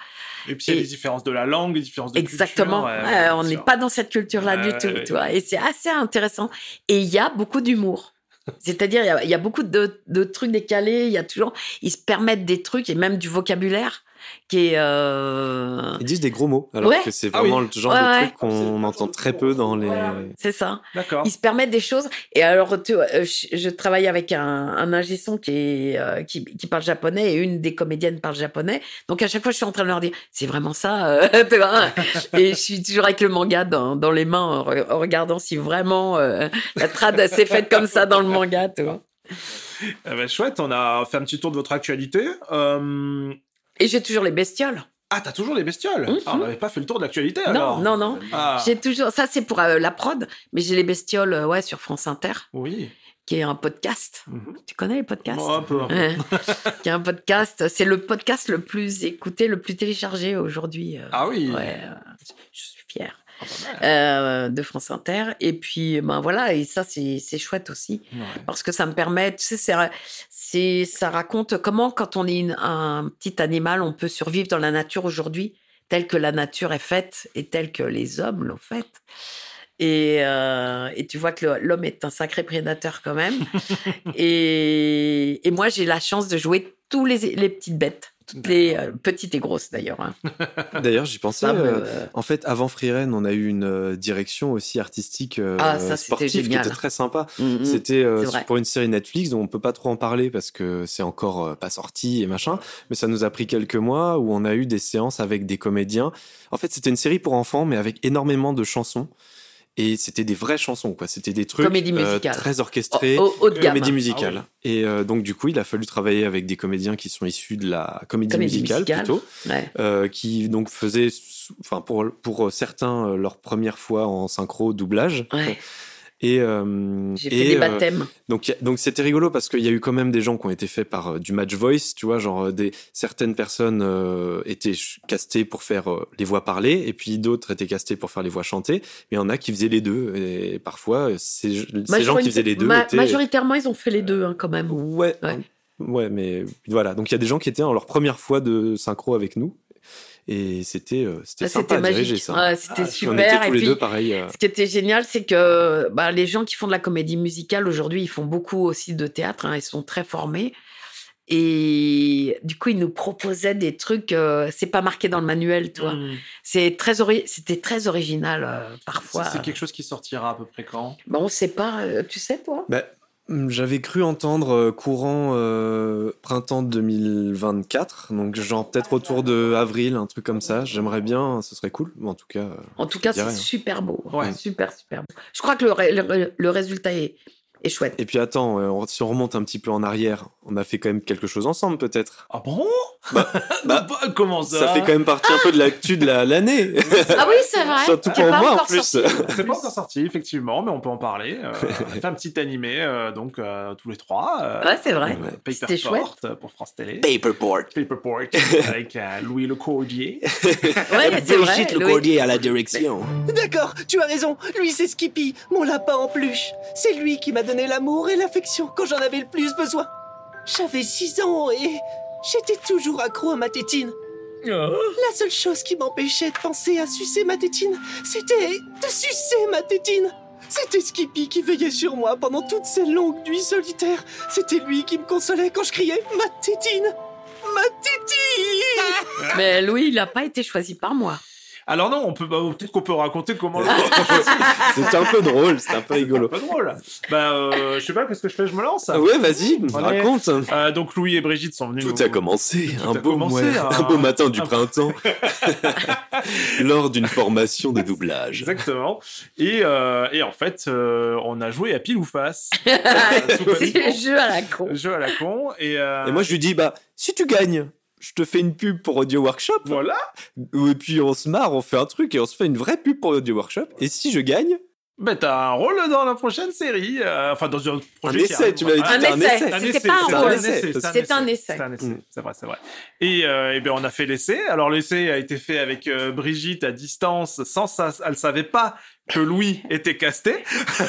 Et puis il y a
Et-
les différences de la langue, les différences de
Exactement.
culture, euh,
Ouais,
bien
on n'est
sûr.
pas dans cette culture-là
Ouais,
du
ouais,
tout,
ouais.
tu vois. Et c'est assez intéressant. Et il y a
(laughs)
beaucoup d'humour. C'est-à-dire, il y a- il y, a beaucoup de, de trucs décalés. Il y a toujours, ils se permettent des trucs et même du vocabulaire qui est. euh,
Ils disent des gros mots. Alors
Ouais.
que c'est
Ah oui.
vraiment le genre
Ouais,
de
ouais.
truc qu'on
C'est-
entend très peu dans les.
Voilà.
C'est ça.
D'accord.
Ils se permettent des choses. Et alors, tu vois, euh, je, je travaille avec un, un ingé son qui, est, euh, qui, qui parle japonais et une des comédiennes parle japonais. Donc, à chaque fois, je suis en train de leur dire c'est vraiment ça. euh, (laughs) tu vois et je suis toujours avec le manga dans, dans les mains en, re- en regardant si vraiment euh, la trad s'est faite comme ça dans le manga. Tu vois
Eh ben, chouette, on a fait un petit tour de votre actualité. Euh,
et j'ai toujours les bestioles.
Ah, t'as toujours les bestioles
Mhm.
Ah, On n'avait pas fait le tour de l'actualité
Non,
alors
non, non.
Ah,
J'ai toujours, ça c'est pour euh, la prod, mais j'ai les bestioles euh, ouais, sur France Inter,
oui.
qui est un podcast.
Mhm.
Tu connais les podcasts
Bon, un peu, un peu.
Ouais. (laughs) qui est un podcast. C'est le podcast le plus écouté, le plus téléchargé aujourd'hui. euh,
Ah oui.
ouais, euh, je suis fière
Ah, pas mal.
euh, de France Inter. Et puis, ben voilà, et ça, c'est c'est chouette aussi
Ouais.
parce que ça me permet, tu sais, c'est un- c'est ça raconte comment quand on est une- un petit animal, on peut survivre dans la nature aujourd'hui, telle que la nature est faite et telle que les hommes l'ont faite. Et, euh, et tu vois que le- l'homme est un sacré prédateur
(laughs)
quand même. et, et moi, j'ai la chance de jouer tous les, les petites bêtes, Les euh, petites et grosses d'ailleurs. hein.
D'ailleurs, j'y pensais.
Ça,
euh,
euh,
En fait, avant Freerun, on a eu une euh, direction aussi artistique euh,
Ah, ça, c'était
sportive qui
génial.
était très sympa.
mm, mm.
C'était euh,
c'est vrai.
pour une série Netflix dont on peut pas trop en parler parce que c'est encore euh, pas sorti et machin. Mais ça nous a pris quelques mois où on a eu des séances avec des comédiens. En fait, c'était une série pour enfants mais avec énormément de chansons et c'était des vraies chansons quoi. C'était des trucs
Comédie
euh,
musicale.
très
Oh,
orchestrés.
haut- haut de gamme.
Comédie musicale. Et euh, donc, du coup, il a fallu travailler avec des comédiens qui sont issus de la comédie,
Comédie
musicale,
musicale.
plutôt,
Ouais.
euh, qui donc faisaient, sou- enfin, pour, pour certains, euh, leur première fois en synchro doublage.
Ouais.
Et, euh,
J'ai
et,
fait des
euh,
baptêmes.
donc, y a- donc c'était rigolo parce qu'il y a eu quand même des gens qui ont été faits par euh, du match voice, tu vois, genre euh, des certaines personnes euh, étaient ch- castées pour faire euh, les voix parlées et puis d'autres étaient castées pour faire les voix chantées. Mais il y en a qui faisaient les deux et parfois euh, ces, ces gens qui faisaient les deux
Ma-
étaient
Majoritairement, ils ont fait les deux hein, quand même.
ouais,
Ouais.
un- ouais, mais voilà. Donc il y a des gens qui étaient en leur première fois de synchro avec nous et c'était euh, c'était
Ah,
sympa
C'était
à
magique.
diriger ça. hein. Ah,
Ouais, C'était
On était
super.
tous
Et
les
puis,
deux pareil. euh,
Ce qui était génial, c'est que bah, les gens qui font de la comédie musicale aujourd'hui, ils font beaucoup aussi de théâtre, hein, ils sont très formés. Et du coup, ils nous proposaient des trucs, euh, c'est pas marqué dans le manuel, toi.
Mm.
Hmm.
C'est très ori- c'était très original euh,
Ça,
parfois.
C'est quelque chose qui sortira à peu près quand
Bah, on sait pas, euh, tu sais toi
Bah, J'avais cru entendre euh, courant euh, printemps 2024, donc genre peut-être autour de avril, un truc comme ça. J'aimerais bien, hein, ce serait cool. Mais En tout cas, euh,
En tout cas,
Je dirais,
c'est
hein.
super beau,
Ouais.
super super beau. Je crois que le, ré- le ré- le résultat est, est chouette.
et puis attends, euh, on- si on remonte un petit peu en arrière, on a fait quand même quelque chose ensemble peut-être.
Ah bon
bah,
(laughs) Bah, Comment ça
Ça fait quand même partie un peu de l'actu de la- l'année,
Ah oui, c'est
(laughs)
vrai.
euh, surtout
C'est
pour
pas
moi en
encore
plus.
sorti.
C'est pas encore sorti, effectivement, mais on peut en parler. Euh, on a fait un petit animé, euh, donc euh, tous les trois. euh,
Ouais,
(laughs)
c'est vrai.
Ouais.
Paperport
C'était chouette.
euh, pour France Télé.
Paperboard.
Paperport
(laughs)
avec euh, Louis Le Cordier.
Ouais, c'est vrai.
le
Loïc.
cordier à la
(laughs)
direction.
D'accord, tu as raison. Lui, c'est Skippy, mon lapin en peluche. C'est lui qui m'a donné l'amour et l'affection quand j'en avais le plus besoin. J'avais 6 ans et j'étais toujours accro à ma tétine. La seule chose qui m'empêchait de penser à sucer ma tétine, c'était de sucer ma tétine. C'était Skippy qui veillait sur moi pendant toutes ces longues nuits solitaires. C'était lui qui me consolait quand je criais ma tétine. Ma tétine
Mais Louis, il n'a pas été choisi par moi.
(laughs)
Alors non, on peut bah, peut-être qu'on peut raconter comment.
C'était un peu drôle, c'était un peu
C'est
rigolo.
pas drôle. Bah, euh, je sais pas, qu'est-ce que je fais Je me lance.
Ah ouais, vas-y,
Allez.
raconte.
Euh, donc Louis et Brigitte sont venus.
Tout
nous-
a commencé,
Tout
un,
a
beau
commencé,
mois-
un-
un beau
(laughs)
matin du
un-
printemps, (laughs) lors d'une formation de doublage.
Exactement. Et, euh, et en fait, euh, on a joué à pile ou face.
(laughs) c'est le
Complètement.
jeu à la con.
Jeu à la con. Et, euh,
Et moi, je lui dis, bah, si tu gagnes, je te fais une pub pour Audio Workshop.
voilà.
Et puis, on se marre, on fait un truc et on se fait une vraie pub pour Audio Workshop. Et si je gagne,
Bah, t'as un rôle dans la prochaine série. euh, enfin, dans un
un
projet. qui
essai,
arrive.
tu m'avais dit,
Ah,
Un
t'as un
essai.
essai.
un
C'était
essai,
pas un
c'est
rôle.
C'est un essai. C'est un essai.
Mm.
C'est vrai, c'est vrai. Et, euh, eh bien, on a fait l'essai. Alors, l'essai a été fait avec euh, Brigitte à distance, sans ça. Elle savait pas que Louis était casté. (laughs)
Ça,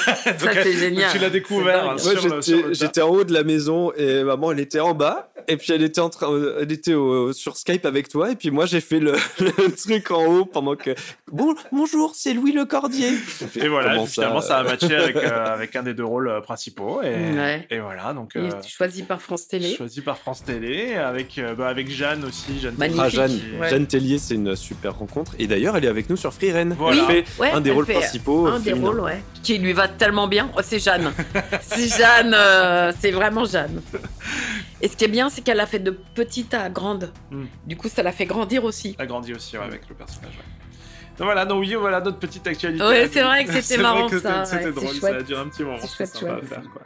c'est génial.
tu l'as découvert. hein,
C'est dingue.
Moi,
Sur le- sur
j'étais
le tas.
j'étais en haut de la maison et maman, elle était en bas. Et puis, elle était, en train, euh, elle était au- sur Skype avec toi. Et puis, moi, j'ai fait le, (laughs) le truc en haut pendant que. Bon, bonjour, c'est Louis Le Cordier.
Et voilà,
Comment
finalement, ça, a matché avec,
(laughs)
euh, avec un des deux rôles euh, principaux. Et,
Ouais.
et voilà, donc.
Il
euh,
est choisi par France Télé.
choisi par France Télé, avec, euh, bah, avec Jeanne aussi. Jeanne
Magnifique.
Ah,
Télé,
Jeanne,
qui-
Ouais.
Jeanne Tellier, c'est une super rencontre. Et d'ailleurs, elle est avec nous sur Free Rennes.
Voilà.
Elle fait
Ouais,
un des
elle
rôles
fait
principaux. euh,
Un des
féminin.
rôles, ouais. Qui lui va tellement bien. Oh,
(laughs)
c'est Jeanne. c'est Jeanne. euh, c'est vraiment Jeanne. Et ce qui est bien, c'est qu'elle a fait de petite à grande.
Hmm.
Mm.
Du coup, ça l'a fait grandir aussi.
a grandi aussi ouais, avec le personnage. ouais. Donc voilà, donc oui, voilà notre petite actualité.
Ouais, c'est vrai que
(laughs)
c'était
C'est vrai
marrant,
que c'était-
ça, ouais,
C'était
c'est
drôle, ça
chouette.
a duré un petit moment.
C'est
C'était
chouette,
sympa à
chouette.
faire, quoi.